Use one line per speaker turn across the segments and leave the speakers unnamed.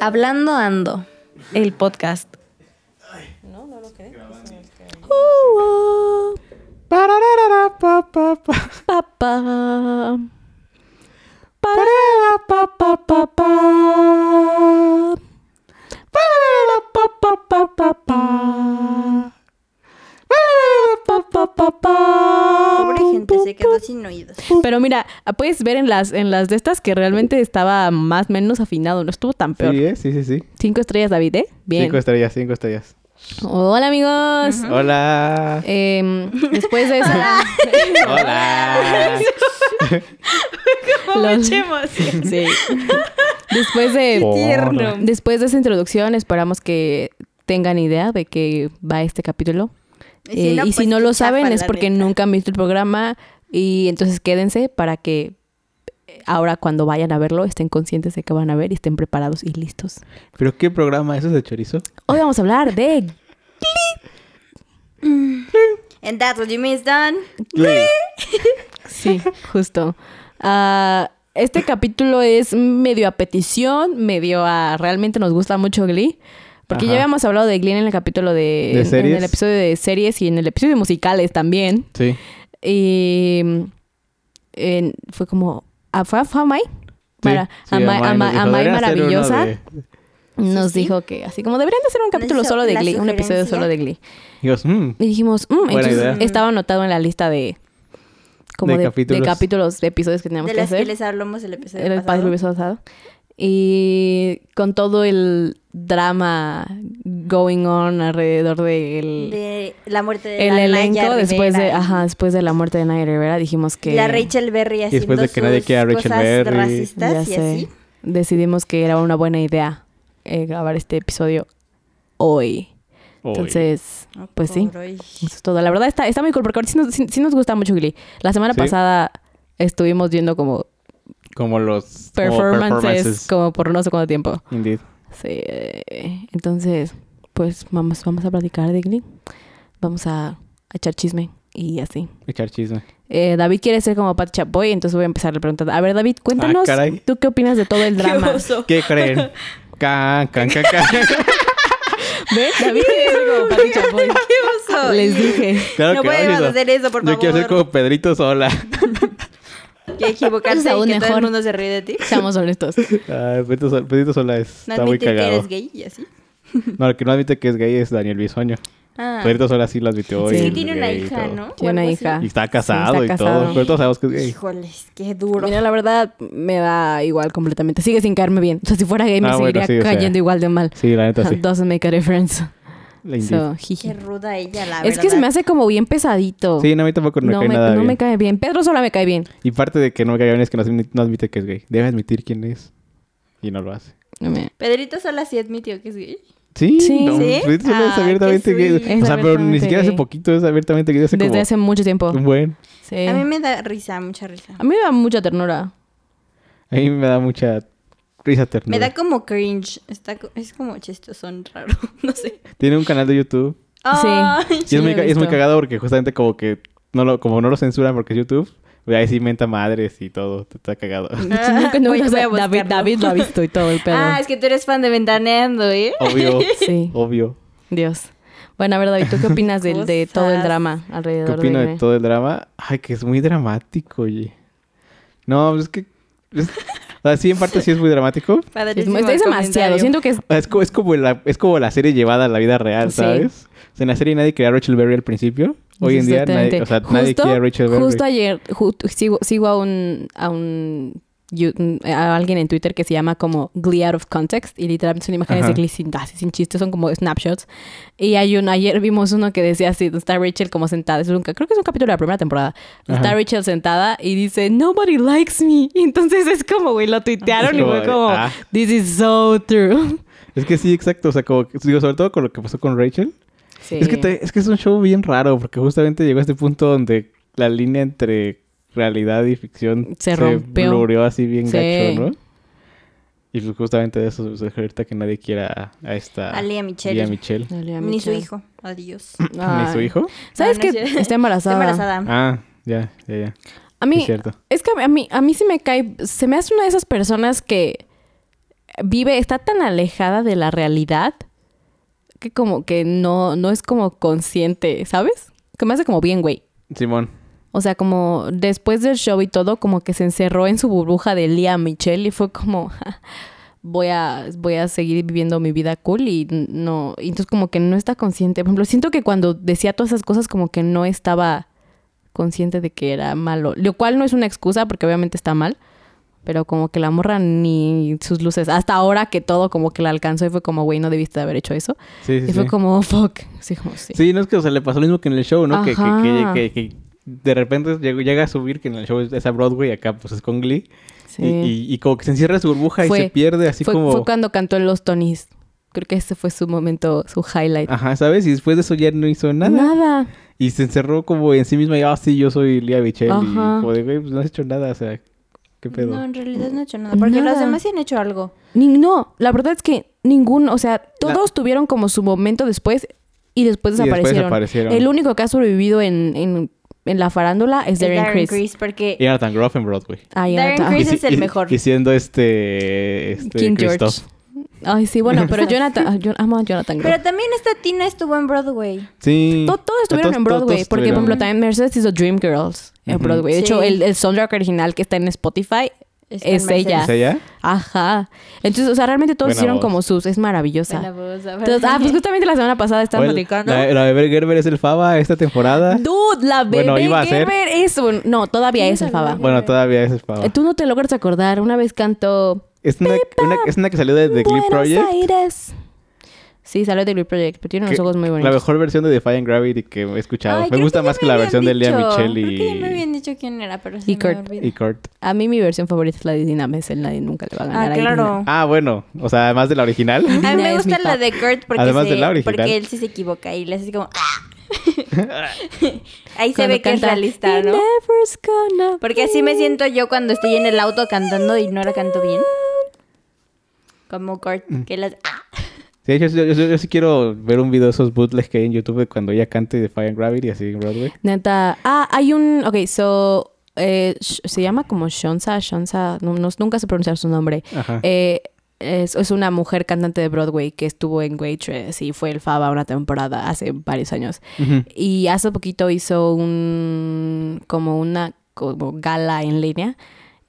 Hablando Ando, el podcast.
No, no lo creo. Eso
Uh, uh,
Pararara, pa, pa, pa.
pa, pa.
Pararara, pa, pa, pa, pa. Pararara, pa, pa, pa, pa, pa. Pararara, pa, pa, pa, pa.
Pobre gente, se quedó sin oídos.
Pero mira, ah, puedes ver en las, en las de estas que realmente estaba más menos afinado, no estuvo tan peor.
Sí, ¿eh? sí, sí, sí.
Cinco estrellas, David, ¿eh? Bien.
Cinco estrellas, cinco estrellas.
Hola, amigos.
Hola.
Em, después de eso,
Hola.
Los- Sí. Después de,
Tierno.
después de esa introducción, esperamos que tengan idea de qué va este capítulo. Eh, Y si no,
pues,
lo
qué chafa,
saben es
la
porque
neta.
nunca han visto el programa y entonces quédense para que eh, ahora cuando vayan a verlo estén conscientes de que van a ver y estén preparados y listos.
¿Pero qué programa? ¿Eso es de chorizo?
Hoy vamos a hablar de
And that's what you missed, Dan.
Sí, justo. Ah, este capítulo es medio a petición, medio a realmente nos gusta mucho Glee. Porque ya
Ajá.
habíamos hablado de Glee en el capítulo de...
¿De
en- En
series?
el episodio de series y en el episodio de musicales también.
Sí.
Y... mm, en- fue como... ah, ¿Fue a fue a Mai? Mara- a Mai- a Mai- a Mai Maravillosa nos
Sí, sí.
dijo que así como deberían de hacer un capítulo
hizo
solo de
la
Glee, un episodio
sugerencia.
solo de Glee.
Digo, mm,
Y dijimos, mm,
Buena
entonces
idea.
estaba anotado en la lista de como de,
De
de capítulos.
capítulos.
de episodios que teníamos
De
que
las que
hacer.
les hablamos el episodio
Era el
pasado.
padre Luis Osado. Y con todo el drama going on alrededor del
de la muerte de
el
la Naya
elenco después de
Rivera.
ajá, después de la muerte de Naya Rivera, dijimos que
La Rachel Berry haciendo
después de que nadie
sus
quiera a Rachel
cosas
Berry.
racistas
ya
y
sé,
así.
decidimos que era una buena idea eh, grabar este episodio hoy.
uy.
Entonces,
Oh,
pues sí.
Por hoy.
Eso es todo. La verdad está, está muy cool porque ahorita sí nos, sí- sí nos gusta mucho Glee. La semana
Sí.
pasada estuvimos viendo como
Como los como
performances, como por no sé cuánto tiempo.
Indeed.
Sí. eh, Entonces, pues vamos, vamos a platicar de Glee. Vamos a, a echar chisme y así.
Echar chisme.
Eh, David quiere ser como Pat Chapoy, entonces voy a empezar le preguntando. A ver, David, cuéntanos,
caray.
¿tú qué opinas de todo el drama?
¿Qué creen? Can, can, can, can.
¿Ves? David quiere ser como Pati Chapoy.
oso!
Les dije.
Claro
no
que no,
puedes
Dido.
hacer eso, por favor.
Yo quiero ser como Pedrito Sola.
Que equivocarse
Eso es aún
y que todo
mejor.
el mundo se ríe de ti.
Seamos honestos.
Ay, Pedrito Sola, Pedrito Sola es-
No
está muy
admitir que
cagado.
eres gay y así.
No, el que no admite que es gay es Daniel Bisoño.
Ah.
Pedrito Sola sí lo admitió.
Sí.
y
Sí,
es
tiene una
gay y
hija,
todo.
¿no? O
Tiene una
algo así.
hija.
Y está
Sí,
casado
está
y todo.
casado.
Pero todos sabemos que es gay.
Híjoles, qué duro.
Mira, la verdad me da igual completamente. Sigue sin caerme bien. O sea, si fuera gay me
Ah, bueno,
seguiría
sí, o sea.
cayendo igual de mal.
Sí, la neta sí.
Doesn't make a difference.
La Indeed.
So,
Qué
jiji.
ruda ella, la verdad.
es que se me hace como bien pesadito.
Sí, no, a mí tampoco me
no,
cae
me,
nada
no
bien.
me cae bien. Pedro Sola me cae bien.
Y parte de que no me caiga bien es que no admite, no admite que es gay. Debe admitir quién es. Y no lo hace.
No me-
Pedrito sola sí admitió que es gay.
Sí,
Sí.
no,
¿Sí?
Pedrito Sola
Ah,
es
qué
abiertamente gay.
sweet.
Es
O sea, pero ni
abiertamente
siquiera hace
gay.
poquito es abiertamente gay. Hace
Desde
como
hace mucho tiempo.
un buen.
Sí.
A mí me da risa, mucha risa.
me da mucha ternura.
A mí me da mucha risa ternura.
Me da como cringe. Está, co- es como chistosón raro. No sé.
Tiene un canal de YouTube.
Ay,
y
Sí,
es,
lo
muy,
he
ca- y es muy
visto.
cagado porque justamente como que no lo, como no lo censuran porque es YouTube, pues ahí sí inventa madres y todo. Está cagado.
Nunca, nunca-
voy-
o sea,
voy a
David,
buscarlo.
David lo ha visto y todo el pedo.
Ah, es que tú eres fan de Ventaneando, ¿eh?
Obvio.
Sí,
Obvio.
Dios. Bueno, a ver, David, ¿tú qué opinas del- de, todo el
Cosas.
drama
¿Qué
alrededor
opino
de,
de todo el drama? Ay, que es muy dramático, oye. No, pues es que... es- o sea, sí, en parte sí es muy dramático.
Es, es demasiado. Siento que es
O sea, Es, co- es como la, es como la serie llevada a la vida real,
Sí.
¿sabes? O sea, en la serie nadie quería a Rachel Berry al principio. Hoy en día nadie,
Exactamente.
o sea, nadie
Justo-
quiere a Rachel Berry.
Justo ayer ju- sigo, sigo a un a un you- a alguien en Twitter que se llama como Glee out of context y literalmente son imágenes
Ajá.
de Glee sin, así, sin chistes, son como snapshots. Y hay un ayer vimos uno que decía así, donde está Rachel como sentada, es un ca- creo que es un capítulo de la primera temporada. Está
Ajá.
Rachel sentada y dice nobody likes me. Y entonces es como güey, lo tuitearon
Es
y
como
fue
de,
como
ah.
this is so true.
Es que sí, exacto. O sea, como, que- digo, sobre todo con lo que pasó con Rachel.
Sí.
Es, que te- es que es un show bien raro porque justamente llegó a este punto donde la línea entre realidad y ficción
Se rompió.
blurrió así bien
Sí.
gacho, ¿no? Y pues justamente de eso se ahorita que nadie quiera a, a esta...
A Lea Michele.
Lea Ah, Michele.
Dale a
Ni su
Michelle.
hijo. Adiós.
¿Ni su
Ay.
hijo?
No,
¿Sabes
no
que
es cierto.
Está
Está
embarazada.
embarazada.
Ah, ya, ya, ya.
A mí,
Es cierto.
Es que a mí, a mí sí me cae, se me hace una de esas personas que vive, está tan alejada de la realidad que como que no, no es como consciente, ¿sabes? Que me hace como bien, güey.
Simón.
O sea, como después del show y todo, como que se encerró en su burbuja de Lía Michelle y fue como, "Ja, voy a, voy a seguir viviendo mi vida cool y no, y entonces como que no está consciente. Por ejemplo, siento que cuando decía todas esas cosas como que no estaba consciente de que era malo, lo cual no es una excusa porque obviamente está mal, pero como que la morra ni sus luces, hasta ahora que todo como que la alcanzó y fue como, güey, no debiste de haber hecho eso.
Sí, sí,
y fue
sí.
como, fuck. Sí, como, sí.
Sí, no es que o sea, le pasó lo mismo que en el show, ¿no? Que, que-
Ajá.
que, que- que de repente llegó- llega a subir, que en el show es a Broadway, acá pues es con Glee.
Sí.
Y, y- y como que se encierra en su burbuja
Fue-
y se pierde, así
fue,
como...
fue cuando cantó en los Tonys. Creo que ese fue su momento, su highlight.
Ajá, ¿sabes? Y después de eso ya no hizo Ah, nada.
Nada.
Y se encerró como en sí misma y, ah, sí, yo soy Lía Michelle. Y
Ajá.
como de, güey, pues no has hecho nada, o sea, Ah, ¿qué pedo?
No, en realidad no he hecho nada. Porque los
Pues Nada.
demás sí han hecho algo.
Ni- no, la verdad es que ninguno, o sea, todos tuvieron como su momento después y después
Y después
desaparecieron.
desaparecieron.
El único que ha sobrevivido en, en, en la farándula es
Es
Darren, Criss.
Criss, porque
Y Jonathan Groff en Broadway.
Ay,
Darren
Jonathan.
Criss
Y
es
si-
el
y-
mejor.
Y siendo este... este
King
Christoph.
George. Ay, sí, bueno, pero Jonathan, ah, yo amo a Jonathan Groff.
Pero también esta Tina estuvo en Broadway.
Sí.
To- todos estuvieron
Mm. Todos- todos-
en Broadway,
todos
porque por
estuvieron.
ejemplo también Mercedes hizo Dream Girls en
Ujú.
Broadway. De hecho,
Sí.
el, el soundtrack original que está en Spotify
Está en
Es
Mercedes.
ella.
¿Es ella?
Ajá. Entonces, o sea, realmente todos
Buena
hicieron
voz.
como sus. Es maravillosa.
Buena voz, a ver.
Entonces, ah, pues justamente la semana pasada estaban
Oye,
platicando.
La, eh, la bebé Gerber es el Fava esta temporada.
Dude, la bebé
Bueno, iba a ser.
Gerber es un- No, todavía es el fava.
Bueno, todavía es el Fava.
Eh, Tú no te logras acordar. Una vez cantó.
Es una, una- es una que salió de The Glee
Buenos
Project.
Aires. Sí, salió de Glee Project, pero tiene unos
que-
ojos muy
La
bonitos.
mejor versión de Defiant Gravity que he escuchado.
Ay,
me
creo
gusta
ya
más
me
que la
habían
versión de Lea
dicho.
Michelle
Creo que ya me
y,
habían dicho quién era, pero se
Y
me
Kurt.
olvidó.
y Kurt.
A mí mi versión favorita es la de Idina Menzel. Nadie nunca le va a ganar.
Ah,
a
claro.
Idina.
Ah, bueno. O sea, además de la original.
A mí
Dina
me
es
gusta
mi
la
top.
de Kurt porque,
Además
se-
de la original.
porque él sí se equivoca y le hace así como "Ah". Ahí se
Cuando
ve que es
canta,
realista,
"He
¿no?
never's gonna
Porque así me siento yo cuando estoy en el auto cantando y no la canto bien. Como Kurt,
Mm.
que las ¡Ah!
Sí, yo, yo- yo- yo sí quiero ver un video de esos bootlegs que hay en YouTube de cuando ella cante Defiant Gravity así en Broadway.
Neta. Ah, hay un. Ok, so. eh, sh- se llama como Shonza. Shonza. No, no- nunca sé pronunciar su nombre.
Ajá.
Eh, es, es una mujer cantante de Broadway que estuvo en Waitress y fue el Faba una temporada hace varios años.
Ujú.
Y hace poquito hizo un. como una como gala en línea.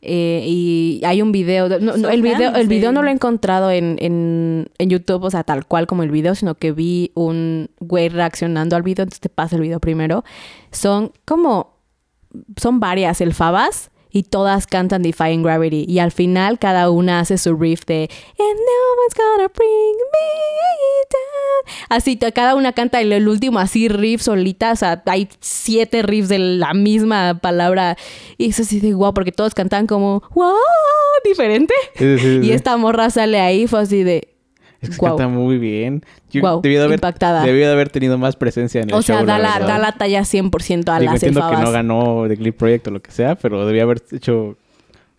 Eh, y hay un video, de- no, no, el video, el video no lo he encontrado en, en, en YouTube, o sea, tal cual como el video, sino que vi un güey reaccionando al video, entonces te pasa el video primero. Son como, son varias elfabas y todas cantan Defying Gravity y al final cada una hace su riff de And no one's gonna bring me down. Así, to- cada una canta el, el último así riff solita, o sea, hay siete riffs de la misma palabra y eso sí de guau, porque todos cantan como wow, diferente.
Sí, sí, sí, sí.
Y esta morra sale ahí, fue así de
Es que
guau.
canta muy bien. Yo
Guau,
debí de haber,
impactada.
debí de haber tenido más presencia en el
O sea,
show,
da la,
verdad.
da la talla 100% a
Digo,
las
entiendo que
elfabas.
no ganó The Glee Project o lo que sea, pero debía haber hecho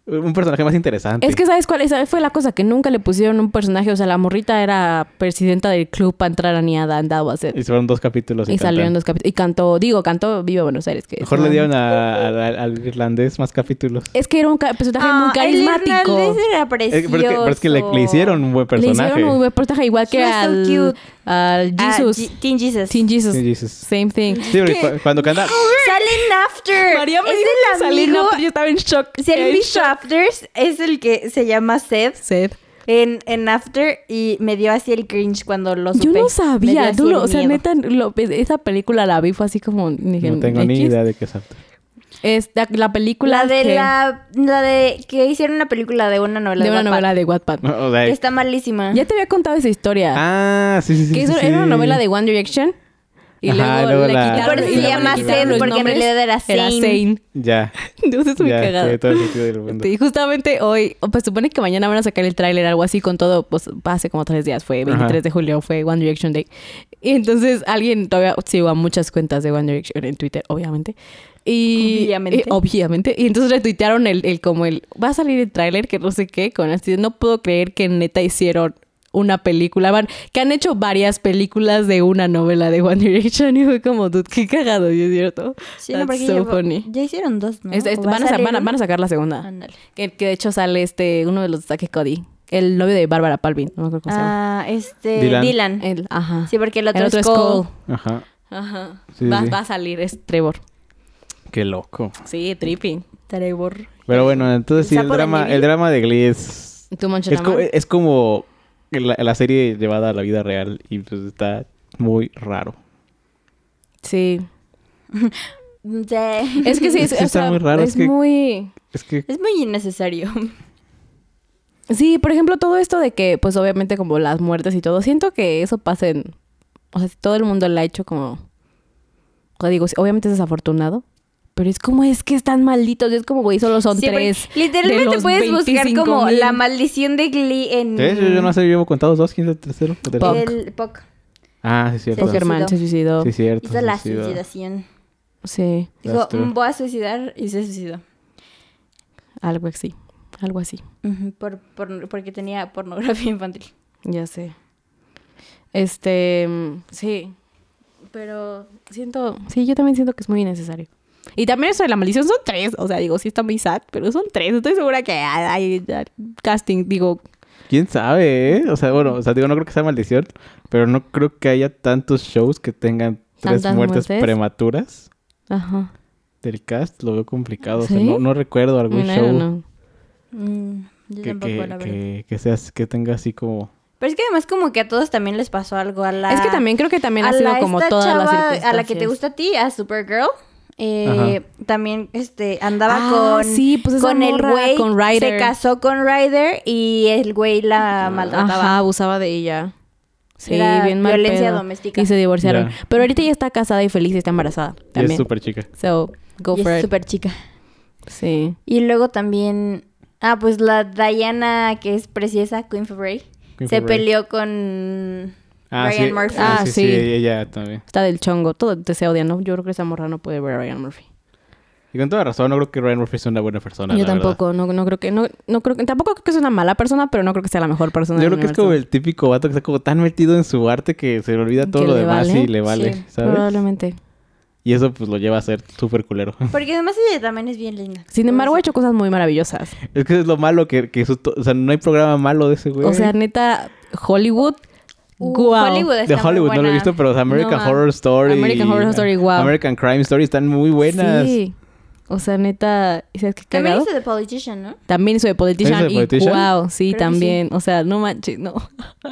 un personaje más interesante.
Es que sabes cuál esa fue la cosa que nunca le pusieron un personaje, o sea, la morrita era presidenta del club para entrar a Niada and that was it.
Y fueron dos capítulos.
Y salió en
cantan.
dos capítulos. Y cantó, digo, cantó Viva Buenos Aires. Que es
Mejor
una-
le dieron a- al- al- al irlandés más capítulos.
Es que era un ca- personaje muy
Ah, el
carismático.
Hernández era
Eh, pero, es que, pero es que le,
precioso.
le hicieron un buen
Le
personaje.
hicieron un buen personaje igual que
He was so
al,
cute.
al
Ah,
Jesus.
G- Teen Jesus.
Sin Jesus.
Sí, Jesus.
Same thing.
Sí, porque cu- cuando canta...
Salen After. es el
salí,
amigo.
no, yo estaba en shock.
Si
En
han visto
shock.
Afters, es el que se llama Seth
Seth.
en, en After y me dio así el cringe cuando lo supe.
Yo
Me dio
no sabía.
así
tú lo-
el
o sea,
miedo.
neta, lo- esa película la vi, fue así como... dije,
No tengo ni
"X".
idea de qué es After.
Es la, la película
La de
que-
la, la de que hicieron una película de una novela
de una
Wattpad.
novela de Wattpad.
O sea,
Que Está malísima.
Ya te había contado esa historia.
Ah, sí, sí, sí.
que
sí,
eso
sí.
era una novela de One Direction. Y
Ajá,
luego,
luego
le
la-
quitaron,
Por eso
y
se
luego
llama
le quitaron
Zayn,
los
porque en
nombres.
realidad era Zayn.
Ya.
Entonces muy
ya,
cagada.
tiene todo el sentido del mundo.
Y justamente hoy, pues supone que mañana van a sacar el tráiler, algo así con todo, pues hace como tres días, fue 23
Ajá.
de julio, fue One Direction Day. Y entonces alguien todavía sigo a muchas cuentas de One Direction en Twitter, obviamente. Y
Obviamente.
y- obviamente. Y entonces retuitearon el, el como el, va a salir el tráiler que no sé qué, con así, no puedo creer que neta hicieron una película, van, que han hecho varias películas de una novela de One Direction y fue como, dude, qué cagado, ¿sí es cierto.
Sí, no,
That's
porque
so
ya,
funny.
ya hicieron dos, ¿no?
Es- es-
¿O va
van, a sa-
salir
van a-
uno?
van a sacar la segunda.
Ándale.
Que, que de hecho sale este, uno de los de Cody. el novio de Bárbara Palvin. No me acuerdo cómo se llama.
Ah, este.
Dylan.
Dylan.
El- ajá.
Sí, porque el otro,
Eh, el otro
es
es
Cole.
Cole.
Ajá.
Ajá.
Sí,
va,
sí.
va a salir, es Trevor.
Qué loco.
Sí, tripping. Trevor.
Pero bueno, entonces
El
sí, el
sapo de
drama,
Neville.
el drama de Glee es...
¿Tú,
Es, co-
Monchelaman?
es como la, la serie llevada a la vida real y pues está muy raro.
Sí.
Sí.
Mm, Es que sí, es,
Sí,
o
está
sea,
muy raro,
Es,
es que-
muy...
Es que...
Es muy innecesario.
Sí, por ejemplo, todo esto de que, pues obviamente como las muertes y todo, siento que eso pasa en... O sea, si todo el mundo la ha hecho como... O sea, digo, sí, obviamente es desafortunado, pero es como, es que están malditos, es como, güey, solo son
Sí, porque
tres. de
Literalmente
los
puedes buscar como
25,000.
la maldición de Glee en.
¿Ves? Yo, yo no sé, llevo contados dos, ¿quién es el tercero? ¿El tercero?
Pop.
El Puck.
Ah, sí, cierto.
Poker.
Pokerman se suicidó.
Sí, cierto.
Hizo la
sí, sí, va.
suicidación.
Sí,
Dijo,
That's true.
"Mm, voy a suicidar y se suicidó.
algo así. Algo así.
Ujú, por, por- porque tenía pornografía infantil.
Ya sé. Este, mm, sí. Pero siento, sí, yo también siento que es muy innecesario. Y también eso de la maldición son tres. O sea, digo, sí está muy sad, pero son tres. Estoy segura que hay, hay- hay casting, digo,
¿Quién sabe, eh? O sea, bueno, o sea, digo, no creo que sea maldición, pero no creo que haya tantos shows que tengan tres
¿Tantas
muertes,
muertes?
prematuras
ajá.
del cast. Lo veo complicado. O sea,
¿Sí?
no, no recuerdo algún
Bueno, I
show
don't know.
Mm, yo
que,
tampoco,
que,
la verdad.
que, que, seas, que tenga así como...
Pero es que además como que a todos también les pasó algo a la...
Es que también creo que también
a
ha sido
la
como
esta
todas las
chava
circunstancias.
A la que te gusta a ti, a Supergirl. eh, también este andaba
Ah,
con
sí, pues esa
con el
morra,
güey
con
se
Ryder.
casó con Ryder y el güey
Ah.
la
Ajá,
maltrataba
abusaba de ella. Sí,
Era
bien mal
violencia
pedo.
doméstica.
Y se divorciaron.
Ya.
Pero ahorita ya está casada y feliz y está embarazada
y es
también.
súper chica.
So, go
y
for
es
it.
súper chica
Sí.
y luego también ah pues la Diana que es preciosa Queen Fabray
Queen
se
Fabray.
peleó con
Ah,
Ryan
sí,
Murphy
Ah, sí, sí,
Ah, sí.
ella también.
Está del chongo. Todo te se odia, ¿no? Yo creo que esa morra no puede ver a Ryan Murphy.
Y con toda razón, no creo que Ryan Murphy sea una buena persona.
Yo
la verdad.
tampoco, no, no creo que, no, no creo que, tampoco creo que sea una mala persona, pero no creo que sea la mejor persona.
Yo
del
creo que es como
universo.
el típico vato que está como tan metido en su arte que se le olvida todo
Que
lo
le
demás
vale.
y le vale,
Sí,
¿sabes?
Probablemente.
Y eso pues lo lleva a ser súper culero.
porque además ella también es bien linda
Sin embargo, ha hecho cosas muy maravillosas.
Es que es lo malo que, que eso to- o sea, no hay programa malo de ese güey.
O sea, neta, Hollywood,
Uh,
guau.
Hollywood
de
está muy
Hollywood no lo he
buena.
visto, pero o sea, American
No,
Horror Story.
American Horror Story, wow.
American Crime Story están muy buenas.
Sí. O sea, neta, ¿y ¿sabes qué
También
cagado?
hizo The Politician, ¿no?
También hizo de Politician
¿También hizo
y
de Politician?
wow, sí,
Creo que
también. O sea, no manches, no.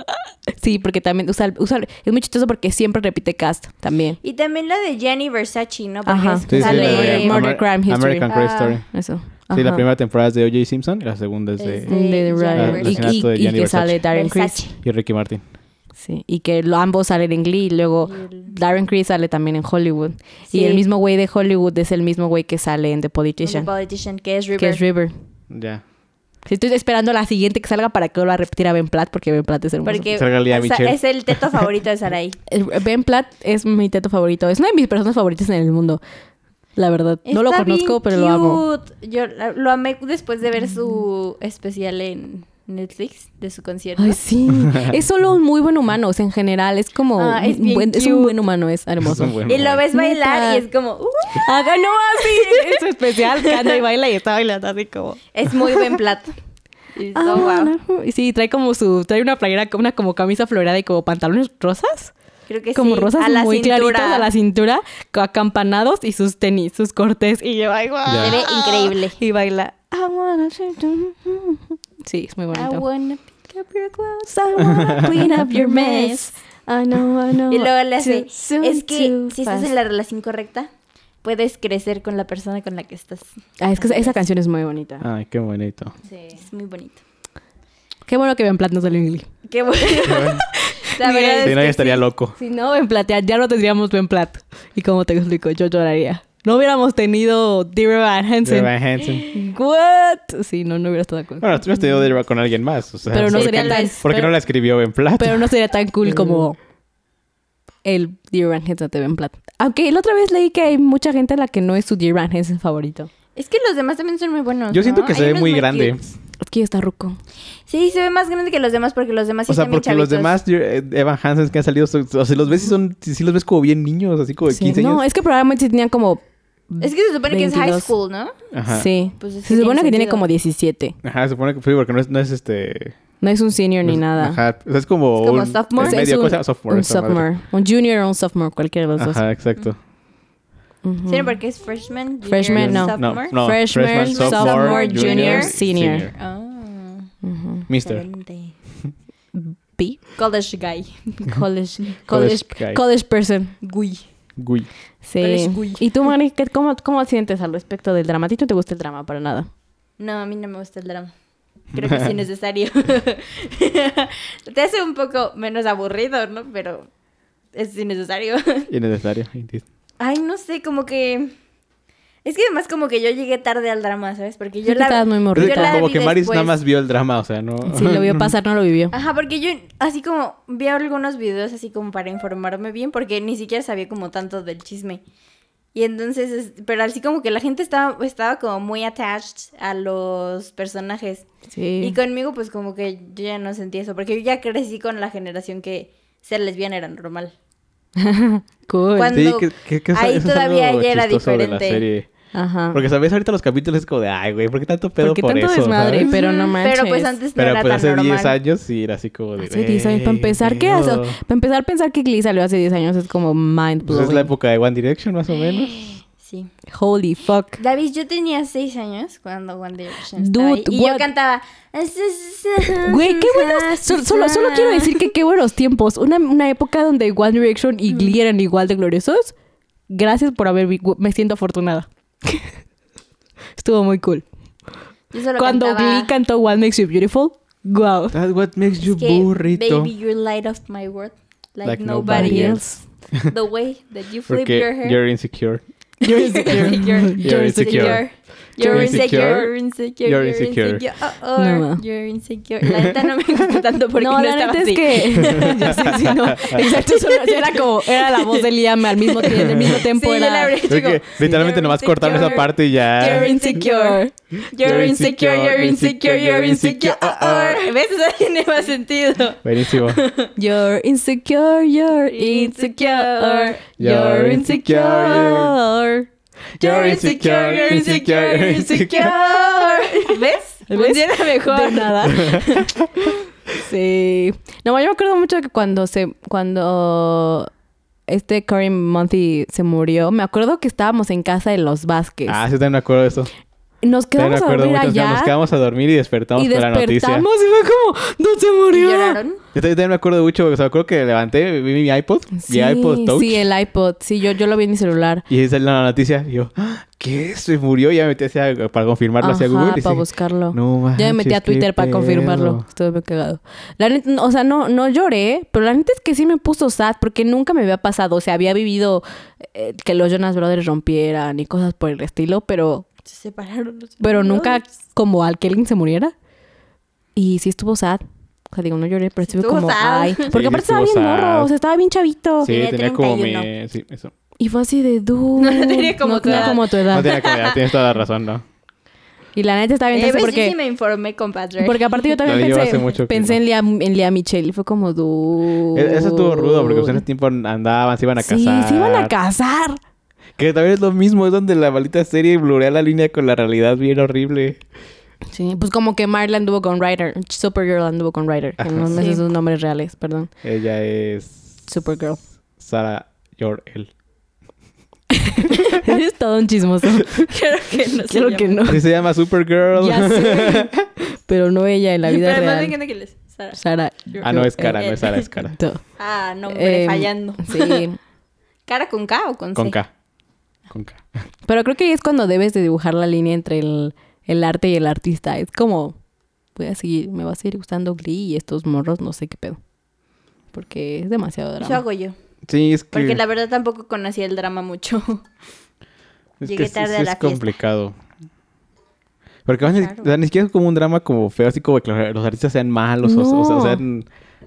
sí, porque también usa, usa- es muy chistoso porque siempre repite cast también.
Y también la de Gianni Versace, ¿no? Porque
Ajá.
es-
Sí,
Sí, sí,
sale...
la de
Murder Crime History.
American Crime
Ah.
Story.
Eso.
Sí, la
Ajá. Este.
primera temporada es de O.J. Simpson y la segunda es de...
Es
de
de
Ryan.
Jennifer. El
Y,
asesinato de
y- y
Jennifer
que sale Darren Criss.
Versace.
Y Ricky Martin.
Sí, y que lo- ambos salen en Glee y luego Darren Criss sale también en Hollywood.
Sí.
Y el mismo güey de Hollywood es el mismo güey que sale en The
The
Politician,
Politician, que es River.
que es River.
Ya.
Sí, estoy esperando la siguiente que salga para que vuelva a repetir a Ben Platt porque Ben Platt es hermoso.
Porque
Salga Lea
o sea,
Michele.
es el teto favorito de Sarai.
El- Ben Platt es mi teto favorito. Es una de mis personas favoritas en el mundo. La verdad. no lo
Está bien
conozco, pero lo amo.
cute. Yo la- lo amé después de ver su especial en Netflix de su concierto.
Ay, sí. es solo un muy buen humano. o sea, en general, es como.
Ah, es
un
bien
buen- es un
cute.
buen humano, es hermoso.
Es un buen-
y lo ves bailar
Neta.
y es como... "Uh".
Haga no así. es su especial. Canta y baila y está bailando así como.
es muy buen plato. Y es, oh,
Ah,
wow.
no. Y Sí, trae como su. Trae una playera, como una como camisa floreada y como pantalones rosas.
Creo que
como
sí,
rosas
a la
muy
cintura.
claritas a la cintura, co- acampanados y sus tenis, sus cortes. Y yo, ay, guau.
Ya. Se
ve increíble.
Y baila. I wanna shake you. Sí, es muy
I
bonito.
wanna pick up your clothes.
I wanna clean up your mess. I know, I know.
Y luego le hace,
ah, Too soon,
es que
too
si estás
fast".
en la relación correcta, puedes crecer con la persona con la que estás.
Ah, es que esa- esa canción es muy bonita.
Ay, qué bonito.
Es muy bonito.
Qué bueno que Ben Platt no salió en Glee.
Qué bueno. la
Mira,
verdad
Si
es
no,
que
ya estaría
sí.
loco.
Si no, Ben Platt, ya, ya no tendríamos Ben Platt. Y como te explico, yo lloraría. No hubiéramos tenido Dear Evan
De
Hansen.
Van Hansen.
What? Sí, no, no hubiera estado de acuerdo.
Bueno, tú has tenido de con alguien más. O sea,
Pero no
¿por
sería
qué-
tan-
¿Por qué
pero-
no Mm. la escribió Ben Platt?
Pero no sería tan cool como el Dear Evan Hansen de Ben Platt. Aunque la otra vez leí que hay mucha gente a la que no es su Dear Evan Hansen favorito.
Es que los demás también son muy buenos.
Yo siento
¿no?
que se
Hay
ve
unos
muy grande.
cutes.
Es que ya está ruco.
Sí, se ve más grande que los demás porque los demás sí
O sea,
están bien
porque los
chavitos.
demás eh, Evan Hansen que han salido, son- o sea, los ves y son, sí sí los ves como bien niños, así como de
Sí.
15 años.
No, es que probablemente sí tenían como.
Es que se supone que es high
22.
school, ¿no?
Ajá.
Sí.
Pues es que
Se supone
tiene
que tiene
sentido.
como 17.
Ajá, se supone que sí, porque no es, no es este.
No es un senior ni
Es-
nada.
Ajá. O sea, es como,
Es como
un
sophomore.
en
Es
medio,
un,
cosa, sophomore.
un
esa madre.
sophomore. Un junior o un sophomore, cualquiera de los dos.
Ajá, exacto.
Ujú.
Sí, porque es freshman, junior,
Freshman, no.
No,
sophomore.
no.
Freshman,
sophomore, junior,
senior.
Ah,
Ujú.
Mister.
excelente.
B.
College guy.
College,
College
college,
guy.
college person.
Gui.
Gui.
Sí.
College guy.
¿Y tú, Mari, qué- cómo, cómo sientes al respecto del drama? ¿A ti no te gusta el drama para nada?
No, a mí no me gusta el drama. Creo que es innecesario. Te hace un poco menos aburrido, ¿no? Pero es innecesario.
Innecesario. indeed.
Ay, no sé, como que... Es que además como que yo llegué tarde al drama, ¿sabes? Porque yo
Sí, tú
la...
estabas muy
yo
morrita.
Es
la
que Como
vi
que Maris
después.
nada más vio el drama, o sea, no.
Sí, lo vio pasar, no lo vivió.
Ajá, porque yo así como vi algunos videos así como para informarme bien, porque ni siquiera sabía como tanto del chisme. Y entonces, es- pero así como que la gente estaba, estaba como muy attached a los personajes.
Sí.
Y conmigo pues como que yo ya no sentí eso, porque yo ya crecí con la generación que ser lesbiana era normal.
Cool.
Cuando-
Sí, que, que- que eso-
Ahí
eso es
todavía
algo
ella era
chistoso de la
diferente.
serie.
Ajá.
Porque sabes ahorita los capítulos es como de, ay, güey, ¿por qué tanto pedo
Ah. ¿Por qué
por
tanto
eso?
desmadre?
sabes?
Pero no
Ujú, Pero pues
manches.
antes no
Pero
era
pues
tan
hace 10
normal.
años sí era así como de.
Hace 10 años. Para
"Ey,
empezar, ¿qué haces?
pedo".
Para empezar, pensar que Glee salió hace 10 años es como mind
Pues
blowing.
es la época de One Direction, más o menos.
Sí.
Holy fuck.
David, yo tenía seis años cuando One Direction estaba
Dude,
ahí, y
what-
yo cantaba.
Güey, qué buenos. sol- Solo, solo quiero decir que qué buenos tiempos. Una, una época donde One Direction y Glee eran igual de gloriosos. Gracias por haber. vi- Me siento afortunada. Estuvo muy cool.
Yo solo
Cuando
cantaba,
Glee cantó What Makes You Beautiful, wow.
That's what makes
"Es
you
que,
burrito.
Baby, you light up my world like,
Like
nobody
nobody
else. The way that you flip
Porque
your hair.
you're insecure.
You're insecure.
You're-
You're insecure.
You're insecure,
You're
you're insecure,
You're
you're
insecure.
insecure, oh, oh,
No, ma.
you're insecure. La neta no me gusta tanto porque no,
no, la
estaba
neta es
así.
que. ya sé, sí, no. Exacto, solo- era como. Era la voz de Liam al mismo, tie- al mismo tiempo.
Sí, yo
era.
la habría hecho
Porque
como,
literalmente
"You're
nomás cortaron esa
insecure,
parte y ya.
You're insecure. You're insecure, you're insecure, you're insecure. Oh, oh. ¿Ves? Eso tiene más sentido.
Buenísimo.
You're insecure, you're insecure,
You're insecure.
you're insecure.
You're insecure, you're insecure, you're insecure.
insecure. ¿Ves?
¿Ves?
Funciona mejor.
De nada. sí. No, yo me acuerdo mucho que cuando se, cuando este Corin Monty se murió, me acuerdo que estábamos en casa de los Vázquez.
Ah, sí, también me acuerdo de eso.
Nos
También me
quedamos a
acuerdo
dormir
mucho. o sea,
allá
Nos quedamos a dormir y despertamos
y
con la noticia.
despertamos y fue como, no se
¿Y
murió.
lloraron?
Yo también también me acuerdo mucho, o sea, me acuerdo que levanté, vi mi iPod,
Sí,
mi iPod Touch,
sí, el iPod. Sí, yo, yo lo vi en mi celular.
y salió la noticia, y yo, "Ah, ¿qué? Se murió, y ya me metí hacia, para confirmarlo hacia
Ajá,
Google. y
para
dije,
buscarlo.
"No
Yo me
manches,
metí a
qué
Twitter para
pedo".
confirmarlo. Estuve muy cagado. La neta, o sea, no, no lloré, pero la neta es que sí me puso sad porque nunca me había pasado. O sea, había vivido eh, que los Jonas Brothers rompieran y cosas por el estilo, pero,
Se separaron. los
pero nunca
hermanos.
como al que alguien se muriera. Y sí estuvo sad. O sea, digo, no lloré, pero estuve
Estuvo
como,
sad.
ay.
Sí,
sí
Porque aparte estaba bien
estuvo sad.
morro, o sea, estaba bien chavito.
Sí,
Tenía
tenía, como
31.
mi... Sí, eso.
Y fue así de dude.
No tenía como
no
tu edad.
como tu
No
edad.
tenía como ya, tienes toda la razón, ¿no?
Y la neta estaba bien
Eh,
triste
¿ves?
porque...
Yo sí me informé, compadre.
Porque aparte yo también
La llevo hace
pensé,
mucho que
pensé
no.
en, Lea, en Lea Michelle y fue como du.
E- Eso estuvo rudo, porque pues, en ese tiempo andaban, se iban a casar.
Sí, se iban a casar.
Que también es lo mismo, es donde la maldita serie blurea la línea con la realidad bien horrible.
Sí, pues como que Marla anduvo con Ryder, Supergirl anduvo con Ryder, que
Ajá.
no me sé
Sí.
sus nombres reales, perdón.
Ella es...
Supergirl.
Sara Jor-El.
Eres todo un chismoso.
Creo que no se
Claro que
llama.
no.
Así se llama Supergirl.
Ya sé. Pero no ella en la vida
Pero además me
real.
encanta que les... Sara.
Sara.
ah, no, es
Eh,
cara, no es Sara, es cara.
Exacto.
Ah, no, hombre,
Em,
fallando.
Sí.
¿Cara con K o con C?
Con K. Con K.
Pero creo que ahí es cuando debes de dibujar la línea entre el, el arte y el artista. Es como, voy a seguir, me va a seguir gustando Glee y estos morros, no sé qué pedo. Porque es demasiado
Eso
drama.
hago yo.
Sí, es que...
Porque la verdad tampoco conocía el drama mucho.
Es
Llegué
que sí-
tarde
sí
a la
es
fiesta.
complicado. Porque además,
Claro.
o sea, ni siquiera es como un drama como feo, así como que los los artistas sean malos o, o sea,
No.
sean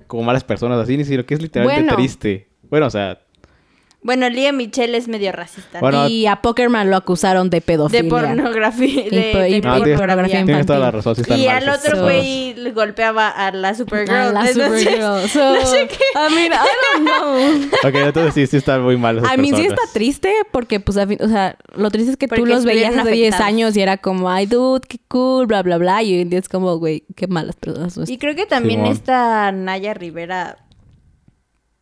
como malas personas, así, ni siquiera que es literalmente
Bueno.
triste. Bueno, o sea,
Bueno, Lía Michelle es medio racista.
Bueno,
y a Pokerman lo acusaron de pedofilia.
de pornografía.
Y
De,
po- y
de
por-
tienes-
pornografía
Tienes toda la
infantil.
razón. sí están
Y
mal
al
esas
otro
cosas.
güey le golpeaba a la Supergirl.
Ah, la
Entonces,
Supergirl. So,
no sé qué.
I mean, I don't know.
Ok, entonces sí, sí están muy mal esas
A mí sí
personas.
está triste porque, pues, a fin- o sea, lo triste es que tú
Porque
los veías
estuvieron
hace 10
afectados.
años y era como, ay, dude, qué cool, bla, bla, bla. Y hoy en día es como, güey, qué malas personas. son
Y creo que también
Simón.
esta Naya Rivera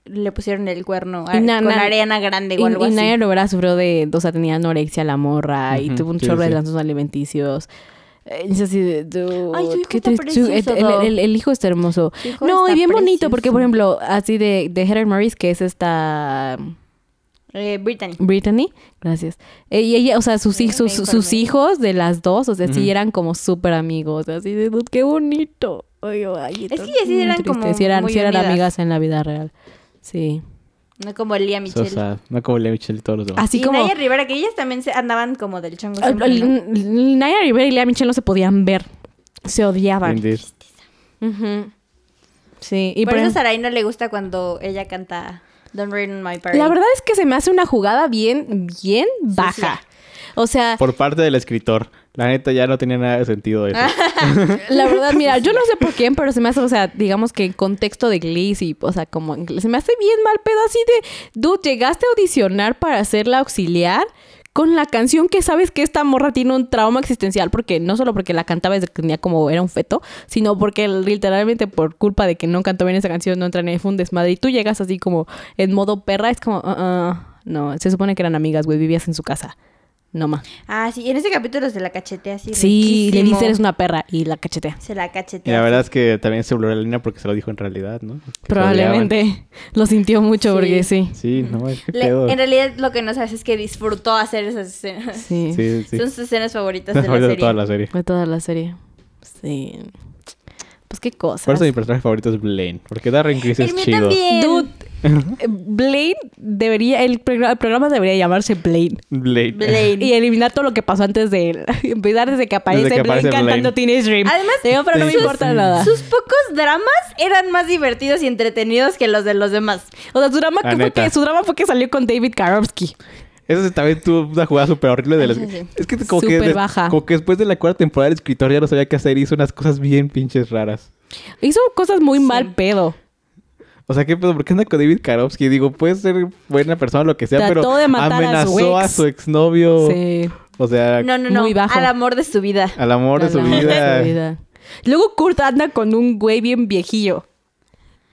le pusieron el cuerno a-
Y na-
con
na-
Ariana Grande
Y,
o algo
y
así.
Naya Rivera sufrió de, o sea, tenía anorexia la morra y
Ujú,
tuvo un
sí,
chorro de
sí.
lanzos alimenticios. Eh, Es así de, dude,
Ay, su hijo
qué
está
triste. Su-
precioso,
el, el-
dude.
el- el hijo está hermoso.
Su hijo
No,
está
y bien bonito, porque, por
precioso.
ejemplo, así de, de Heather Morris, que es esta um,
Eh, Brittany.
Brittany, gracias. Eh, Y ella, o sea, sus, hij-
Bien,
sus,
bien
sus
formada.
hijos de las dos, o sea, sí
Ujú.
eran como súper amigos, así de, dude, qué bonito. Ay, ay,
Es que
tan
sí eran
triste.
como
sí eran,
muy
sí eran
unidas.
amigas en la vida real. Sí.
No como Lía
So
Michelle.
sad. No como Lea Michelle y todos los demás.
Así
y
como...
Naya Rivera, que ellas también se andaban como del chongo.
Al-
siempre, ¿no?
al- N- Naya Rivera y Lea Michelle no se podían ver. Se odiaban.
Indeed.
Ujú. Sí. Y
por,
por
eso a
ejemplo-
Sarai no le gusta cuando ella canta Don't Rain on My Parade.
la verdad es que se me hace una jugada bien, bien baja. O sea,
Por parte del escritor. La neta ya no tenía nada de sentido
Ah,
eso.
la verdad, mira, yo no sé por quién, pero se me hace, o sea, digamos que en contexto de Glee, y, o sea, como en- se me hace bien mal pedo así de, dude, llegaste a audicionar para ser la auxiliar con la canción que sabes que esta morra tiene un trauma existencial, porque no solo porque la cantaba desde que tenía como era un feto, sino porque literalmente por culpa de que no cantó bien esa canción, no entra en fue un desmadre, y tú llegas así como en modo perra, es como, "Uh-uh, no, se supone que eran amigas, güey, vivías en su casa. No más.
Ah, sí, en ese capítulo se la cachetea así.
Sí, le
riquísimo.
dice eres una perra y la cachetea.
Se la cachetea.
Y la
así.
verdad es que también se voló la línea porque se lo dijo en realidad, ¿no? Que se odiaban.
Probablemente. Lo sintió mucho
Sí.
porque sí.
Sí, no, es que
Le-
pedo.
en realidad lo que no sabes es que disfrutó hacer esas escenas.
Sí.
Sí, sí.
Son sus escenas favoritas de
Las
la
favoritas de
serie.
toda la serie.
Fue toda la serie. Sí. Pues qué cosa.
Por eso mi personaje favorito es Blaine. Porque Darren Criss
El
es
mío
chido.
también.
Dude, eh, Blade debería, el, progr- el programa debería llamarse Blade.
Blaine.
Blaine.
Y eliminar todo lo que pasó antes de él. Empezar desde que aparece,
Desde que
Blade
aparece
cantando
Blaine.
Teenage Dream.
Además,
Digo, pero no me
sus-
importa nada.
Sus pocos dramas eran más divertidos y entretenidos que los de los demás.
o sea, su drama,
La
que fue
neta.
que, su drama fue que salió con David Karofsky.
Eso también tuvo una jugada súper horrible de las... Es que como que,
Súper baja.
como que después de la cuarta temporada el escritor ya no sabía qué hacer y hizo unas cosas bien pinches raras.
Hizo cosas muy mal pedo.
O sea, ¿qué pedo? ¿Por qué anda con David Karofsky? Digo, puede ser buena persona o lo que sea,
Trató
pero
de matar a
amenazó
su ex.
a su exnovio.
Sí.
O sea,
No, no, no.
Muy bajo.
Al amor de su vida.
al amor de su
Al amor
vida.
Luego Kurt anda con un güey bien viejillo.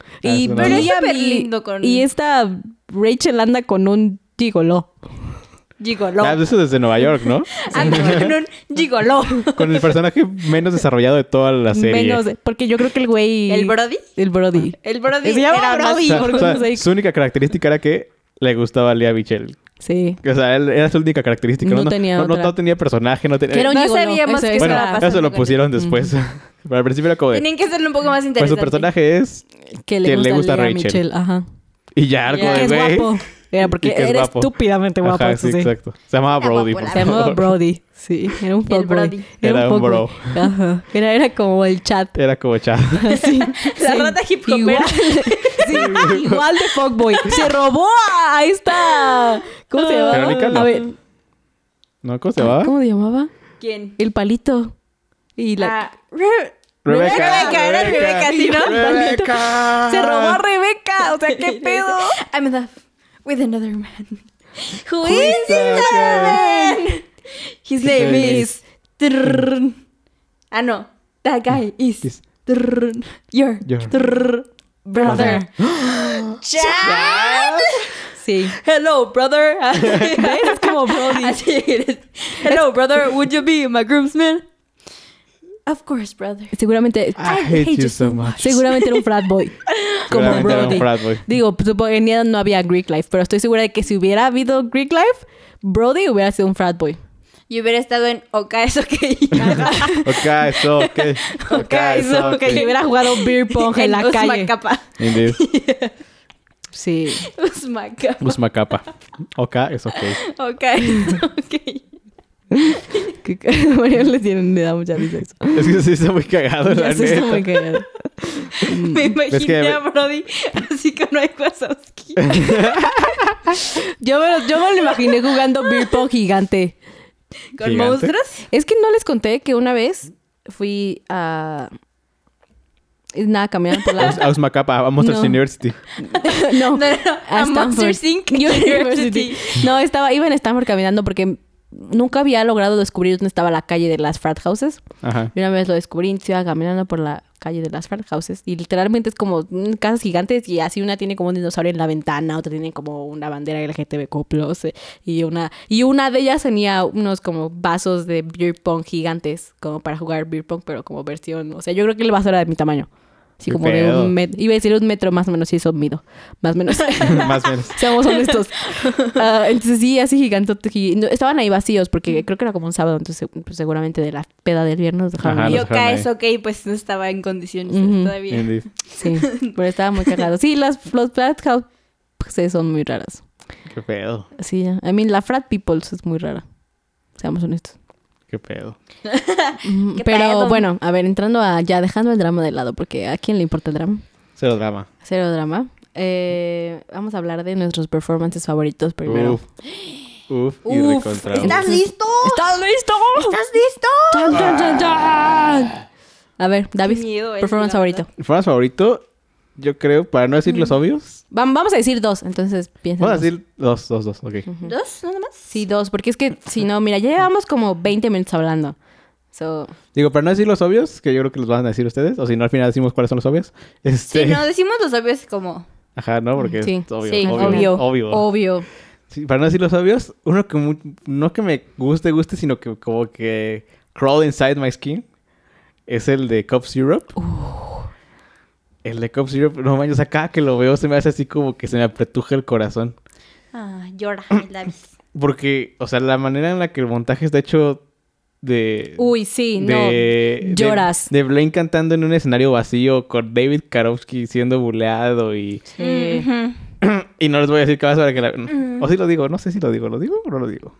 Ah,
Y,
eso no Pero
es
Liam
súper
y-
lindo con-
y esta Rachel anda con un gigoló.
Gigoló.
Ah, eso desde Nueva York, ¿no?
Anda con un gigoló.
Con el personaje menos desarrollado de toda la serie.
Menos, porque yo creo que el güey...
¿El Brody?
El Brody.
El Brody
Se llama
era más-
Brody.
O sea,
por
o sea,
goodness sake.
su única característica era que le gustaba a Lea Michelle.
Sí.
O sea, él- era su única característica. No,
No tenía
no, no-
otra.
no tenía personaje, no tenía...
Que era un
No
gigoló,
sabíamos
eso
qué
es.
bueno,
estaba
eso
pasando
lo
con
pusieron después. Pero al principio era como de,
Tienen que hacerlo un poco más
Pues
interesante.
su personaje es...
Que le
Que
gusta,
le gusta
a Lea
Rachel.
Michelle, Ajá.
Y ya, algo
Ya.
Que
de
es
güey.
guapo. Era porque
Y que es
era
guapo.
estúpidamente guapo.
Ajá,
eso
sí,
sí.
exacto. Se llamaba
Era
Brody,
guapo,
por
Se
era
llamaba
favor.
Brody. Sí, era un fuckboy.
Brody.
Era un
fuckboy. Ajá. Era, era como el chat.
Era como chat.
Sí.
La
Sí.
rata hip
Igual, sí, igual de fuckboy. Se robó a esta... ¿Cómo se llamaba?
Verónica, no.
A ver,
¿No? ¿Cómo se llamaba?
¿Cómo se llamaba?
¿Quién?
El palito. Y la...
Ah, Re- Rebeca, era Rebeca, ¿sí, no?
Rebeca.
Se robó a Rebeca. O sea, ¿qué pedo?
Ah. I'm in love with another man. Who
Who
is
is that
another
guy?
man? His name
name
is. Trrrrn. Ah, no. That guy is.
Is-
Trrrrn. Your.
Your
trrrrn Brother. Chad.
Sí.
Hello, brother.
¿Ves? Es como Brody.
Así eres. Hello, brother. Would you be my groomsman? Of course, brother.
Seguramente...
I hate you so much.
Seguramente era un frat boy. Como
Seguramente era un
Brody.
frat boy.
Digo, pues, supongo que no había Greek Life, pero estoy segura de que si hubiera habido Greek Life, Brody hubiera sido un frat boy.
Y hubiera estado en Oka, es ok.
Ok, it's okay. Ok, it's
Eso, que
okay.
hubiera jugado beer pong en la calle.
Usmacapa.
Indeed.
Sí.
Usmacapa.
Usmacapa. Ok, it's okay.
Ok, es ok.
Que- que- María le tiene le da mucha risa eso.
Es que sí está muy cagado, la
Eso está muy
neta.
cagado.
Me imaginé
que-
a Brody así así que no hay Wazowski.
Yo me, lo- yo me lo imaginé jugando beer pong gigante.
¿Con
Gigante.
monstruos?
Es que no les conté que una vez fui a... y Nada, caminando por la...
A Usmacapa, a Monsters
No.
University.
no,
No, no, no.
Oh, a
A, Monsters
Stanford
Inc.
University.
University.
No, estaba, iba en Stanford caminando porque nunca había logrado descubrir dónde estaba la calle de las frat houses.
Ajá.
Y una vez lo descubrí, iba caminando por la calle de las frat houses y literalmente es como mm, casas gigantes y así una tiene como un dinosaurio en la ventana, otra tiene como una bandera LGTBQ+, eh, y una y una de ellas tenía unos como vasos de beer pong gigantes como para jugar beer pong, pero como versión, o sea, yo creo que el vaso era de mi tamaño. Así
Qué
como de
pedo.
un metro, iba a decir un metro más o menos, sí, eso mido, más o menos.
Más o menos.
Seamos honestos. Ah, entonces sí, así gigantote. gi- no, estaban ahí vacíos porque creo que era como un sábado, entonces pues, seguramente de la peda del viernes dejaron
Ajá,
ahí.
Y
Ah, los
Oka
dejaron
es ok, pues no estaba en condiciones
Ujú.
todavía.
Indies.
Sí, pero estaba muy cagado. Sí, las, los frat house pues, sí, son muy raras.
Qué pedo.
Sí, ya. I mean, la frat people es muy rara. Seamos honestos.
Qué pedo.
Ujú,
¿Qué
Pero
pedo?
bueno, a ver, entrando a ya dejando el drama de lado, porque ¿a quién le importa el drama?
Cero drama.
Cero drama. Eh, vamos a hablar de nuestros performances favoritos primero.
Uf. Uf. Y
Uf,
recontra. uf.
¿Estás listo?
¿Estás listo?
¿Estás listo?
Tan, tan, tan,
Ah.
tan. A ver, David,
Qué miedo, eh,
performance
la
favorito.
Formas favorito, yo creo, para no decir los obvios.
Vam- vamos a decir dos, entonces piensa.
Vamos a decir dos, dos, dos. Ok.
¿Dos nada más?
Sí, dos, porque es que si no, mira, ya llevamos como 20 minutos hablando. So,
Digo, para no decir los obvios, que yo creo que los van a decir ustedes, o si no, al final decimos cuáles son los obvios. Este,
Sí, no, decimos los obvios como...
Ajá, ¿no? Porque
Sí,
es obvio,
sí,
obvio,
obvio.
obvio.
obvio.
Sí, para no decir los obvios, uno que mu- no que me guste, guste, sino que como que crawl inside my skin es el de Cops Europe. El de Cops Europe, no manches, acá que lo veo se me hace así como que se me apretuja el corazón.
Ah, llora, el David.
Porque, o sea, la manera en la que el montaje está hecho de...
Uy, sí, no.
de-
Lloras.
De, de Blaine cantando en un escenario vacío con David Karofsky siendo buleado y...
Sí.
Ujú.
Y no les voy a decir qué pasa para que la... O sí lo digo, no sé si lo digo, ¿lo digo o no lo digo?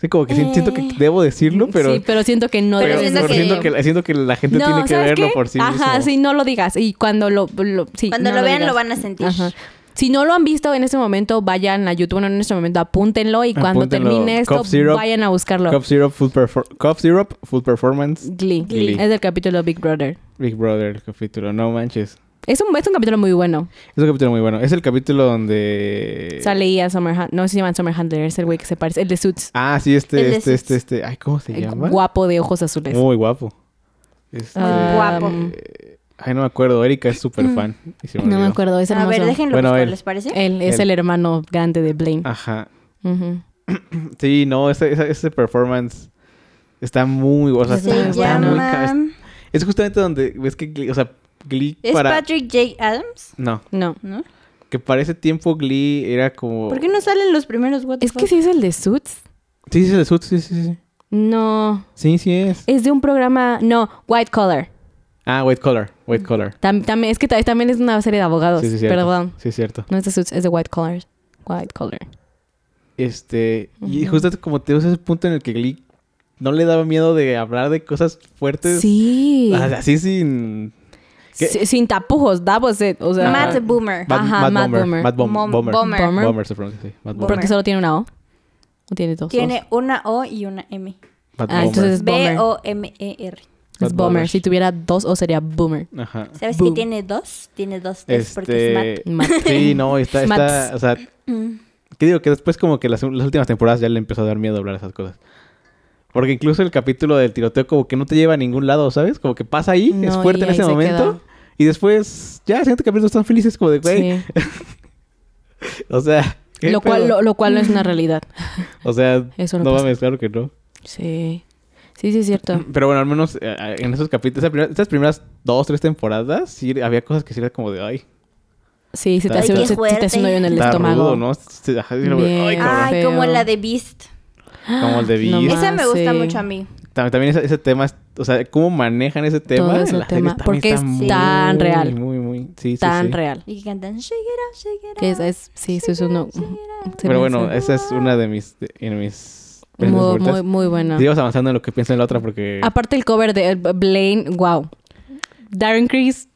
Sí, como que si- siento que
Eh.
debo decirlo, pero...
Sí, pero siento que no
pero
debes
siento
pero
que-
siento, que... siento que la gente tiene que
¿sabes
verlo
qué?
por sí
Ajá,
mismo.
sí, no lo digas. Y cuando lo... lo- sí,
Cuando
no
lo vean,
digas.
lo van a sentir.
Ajá. Si no lo han visto en este momento, vayan a YouTube. Bueno, en este momento apúntenlo y cuando
Apúntenlo.
termine esto,
Cough syrup.
vayan a buscarlo.
Cops Europe, Full Perfor- Cops Europe, Full Performance,
Glee.
Glee.
Es del capítulo Big Brother.
Big Brother, el capítulo, no manches.
Es un, es un capítulo muy bueno.
Es un capítulo muy bueno. Es el capítulo donde...
Sale Ian Summer Hun- No se llaman Summer Hunter, es el güey que se parece. El de Suits.
Ah, sí,
El
este,
de
este,
Suits.
este, este... Ay, ¿cómo se
El
llama?
guapo de ojos azules.
Muy guapo. Este, eh,
Ah, Mm.
guapo.
Ay, no me acuerdo. Erika es súper fan. y se
No me
olvidó.
acuerdo, es
A
hermoso.
ver, déjenlo
Bueno,
buscar,
él.
¿les parece?
Él es
Él.
el hermano grande de Blaine.
Ajá.
Ujú.
Sí, no, ese, ese, ese performance está muy... O sea,
Se
está-
Se
está muy ca-
llama...
Es justamente donde ves que, Glee- o sea, Glee
¿Es
para...
Patrick J. Adams?
No,
No.
¿No?
que para ese tiempo Glee era como...
¿Por qué no salen los primeros What the
Es que
fuck?
sí es el de Suits.
Sí, sí, es de Suits, sí, sí, sí.
No.
Sí, sí es.
Es de un programa. No, White Collar.
Ah, White Collar, White Collar.
Tam- también, es que ta- también es una serie de abogados.
Sí, sí, cierto.
Perdón.
Sí, cierto.
No es de Suits, es de White Collar. White Collar.
Este, y
Ujú.
justo como te ese punto en el que Glee no le daba miedo de hablar de cosas fuertes.
Sí.
Ah, Así sin... ¿qué?
Si- Sin tapujos. That was it. O sea,
Matt the Boomer.
Mad,
Ajá,
Mad
Matt
Bomber.
Bomber.
Mad Bom-
Mom-
Bomber.
Bomber.
Bomber.
Bomber se pronuncia, sí. Mad Bomber.
Porque solo tiene una O. O tiene dos.
Tiene una O y una M.
Mad Bomber.
Ah, entonces- Es Bomber.
B-O-M-E-R.
Os. Es
Mad
Bomber.
Bomber.
Si tuviera dos O sería Boomer.
Ajá.
¿Sabes
Boom.
que tiene dos? Tiene dos T's porque es
Este...
Matt.
Matt. Matt.
Sí, no, está, está,
Mats.
o sea,
Mm.
que digo que después como que las, las últimas temporadas ya le empezó a dar miedo hablar esas cosas. Porque incluso el capítulo del tiroteo como que no te lleva a ningún lado, ¿sabes? Como que pasa ahí, es
No,
fuerte
y
en
ahí
ese
se
momento.
queda.
Y después, ya, el siguiente capítulo están felices como de, güey,
Sí.
o sea... ¿qué
Lo cual,
pedo?
lo, lo cual no es una realidad.
O sea,
Eso no
no
pasa.
mames, claro que no.
Sí. Sí, sí, es cierto.
Pero bueno, al menos eh, en esos capítulos, esa primera- estas primeras dos, tres temporadas, sí había cosas que sí era como de, ay,
Sí, se te,
Ay,
hace,
qué
se- se te hace un hoyo en el
está
estómago.
rudo, ¿no? Sí, ajá, sí, como de, ay,
Bien.
cabrón.
Ay,
feo.
como la de Beast.
Como el de
No
Beast.
mames.
Esa me gusta
Ah, sí.
mucho a mí.
Tam- También ese, ese tema, es- o sea, cómo manejan ese tema.
Todo
en
ese
la serie
tema,
también
porque
está
es tan real.
Muy, muy, sí, sí,
Tan
sí.
real.
Y que cantan Shake it out, shake it
Que es,
out.
es- sí, eso es uno. se me
Pero bueno,
hace
esa es una de mis, de, en mis películas
muy, Ah, pues, muy,
favoritas.
muy buena.
Sigamos avanzando en lo que pienso en la otra porque...
Aparte el cover de eh, Blaine, wow. Darren Criss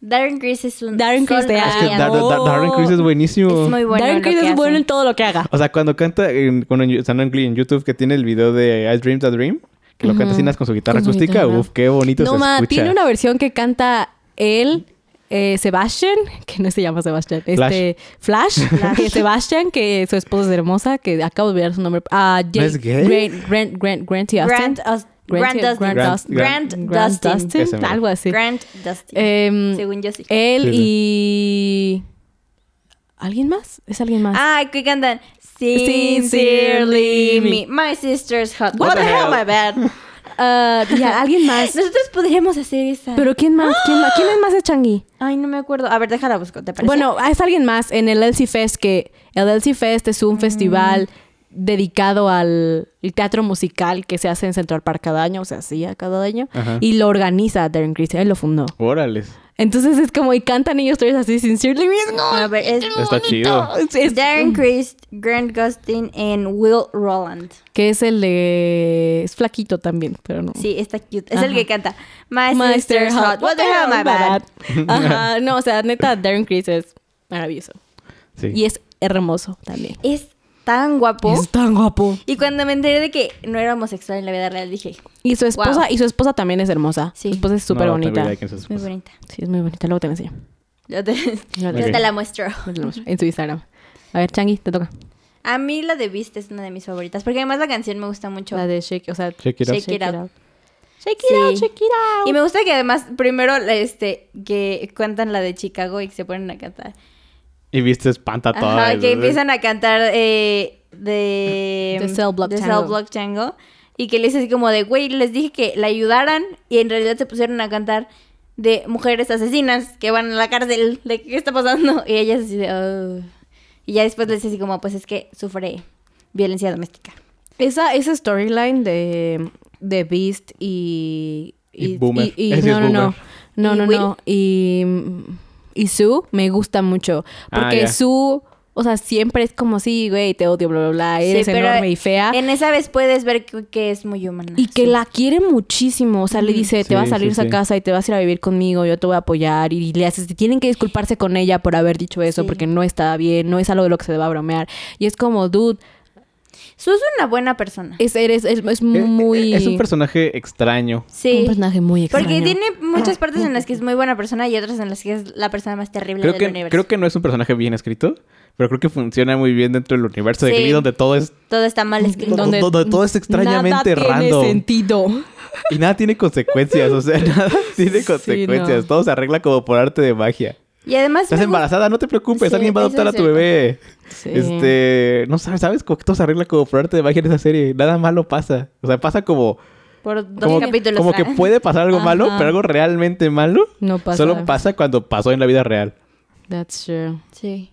Darren Criss es un...
Darren Criss
son
te
Es que
alias.
Dar- Dar- Dar- Darren Criss es buenísimo.
Es muy bueno
Darren
lo que
Criss es bueno
hace.
en todo lo que haga.
O sea, cuando canta, en, cuando en- están en Glee, en YouTube, que tiene el video de I Dreamed a Dream, que lo canta
Ujú.
Sinas con su guitarra
Con su
acústica,
guitarra.
uf, qué bonito
No,
se
ma,
escucha.
tiene una versión que canta él, eh, Sebastian, que no se llama Sebastian, este, Flash, que Sebastian, que su esposa es hermosa, que acabo de olvidar su nombre. Ah, Jake-
es gay?
Grant, Grant, Grant, Grant y Austin.
Grant, Aus- Grant
Grant,
Dustin.
Grant Dustin.
Grant
Grant
Dustin.
Dustin, Eh,
Ese mero.
algo así.
Grant Dustin.
Em,
según yo sí.
él
Sí, sí.
y... ¿Alguien más? ¿Es alguien más?
Ay, que cantan
Sincerely
Sincerely
me.
me. My sister's hot.
What
What,
the
the hell,
hell?
my bad.
Ah, ya, alguien más.
Nosotros podríamos hacer esa.
¿Pero quién más? ¿Quién, más? ¿Quién es más de Changi?
Ay, no me acuerdo. A ver, déjala busco, ¿te parece?
Ah. Bueno, es alguien más en el Elsie Fest, que el Elsie Fest es un festival dedicado al el teatro musical que se hace en Central Park cada año, o se hacía cada año,
Ajá.
y lo organiza Darren Criss, él lo fundó.
Órales.
Entonces es como, y cantan ellos tres así, sincerely, me- no,
a ver, es
Está chido.
es- es-
Darren Criss, Grant Gustin y Will Roland.
que es el de... es flaquito también, pero no.
Sí, está cute. Es
Ajá.
el que canta My,
My
sister's hot. What the hell, my bad.
Ajá, no, o sea, neta, Darren Criss es maravilloso.
Sí.
Y es hermoso también.
Es tan guapo.
Es tan guapo.
Y cuando me enteré de que no era homosexual en la vida real, dije,
Y su esposa,
Wow.
y su esposa también es hermosa.
Sí.
Su esposa es súper
No, tengo
bonita.
idea de quién es su
muy
esposa.
bonita.
Sí, es muy bonita. Luego te la enseño.
Yo te,
Yo
yo
Ok.
te la muestro.
En su Instagram. A ver, Changi, te toca.
A mí la de Beast es una de mis favoritas, porque además la canción me gusta mucho.
La de Shake, o sea,
Shake it up.
Shake it up.
Shake it
Sí.
out, shake it out.
Y me gusta que además, primero, la, este, que cuentan la de Chicago y que se ponen a cantar.
Y viste espanta toda.
Ajá, que empiezan a cantar eh, de...
The Cell Block
de
Tango.
Cell Block Tango. Y que le dice así como de, güey, les dije que la ayudaran y en realidad se pusieron a cantar de mujeres asesinas que van a la cárcel, de qué está pasando. Y ellas así de, "Oh". Y ya después les dice así como, pues es que sufre violencia doméstica.
Esa, esa storyline de, de Beast y.
Y Boomer.
y-
Ese
no,
es
no, no.
Boomer.
No,
¿Y
no,
Will?
no. Y. Y Sue me gusta mucho.
Ah,
Porque
ya.
Sue. O sea, siempre es como, sí, güey, te odio, bla, bla, bla. Eres
Sí, pero
enorme y fea.
En esa vez puedes ver que, que es muy humana.
Y que
sí.
la quiere muchísimo. O sea, le dice, te
Sí,
vas a salir
sí,
de esa
sí.
casa y te vas a ir a vivir conmigo, yo te voy a apoyar. Y le haces, tienen que disculparse con ella por haber dicho eso,
Sí.
porque no estaba bien, no es algo de lo que se deba bromear. Y es como, dude,
Sue es una buena persona.
es, eres, es, es
Eh, eh,
muy...
Es un personaje extraño.
sí.
un personaje muy extraño.
Porque tiene muchas partes en las que es muy buena persona y otras en las que es la persona más terrible
Creo
del
que,
universo.
creo que no es un personaje bien escrito, pero creo que funciona muy bien dentro del universo de
Sí.
Glee, donde todo es
Todo está mal escrito.
Donde- donde todo es extrañamente
nada
random.
tiene sentido.
Y nada tiene consecuencias, o sea, nada tiene consecuencias.
no.
Todo se arregla como por arte de magia.
Y además.
Estás
me
embarazada, no te preocupes,
Sí,
alguien va a
eso
adoptar a
es
tu
cierto.
bebé.
Sí.
Este, no sabes, sabes, como que todo se arregla como por arte de magia en esa serie. Nada malo pasa. O sea, pasa como,
gusta Por dos
como,
capítulos. ah.
como que
atrás.
puede pasar algo malo,
Ajá.
pero algo realmente malo
No pasa.
solo pasa cuando pasó en la vida real.
That's true.
Sí.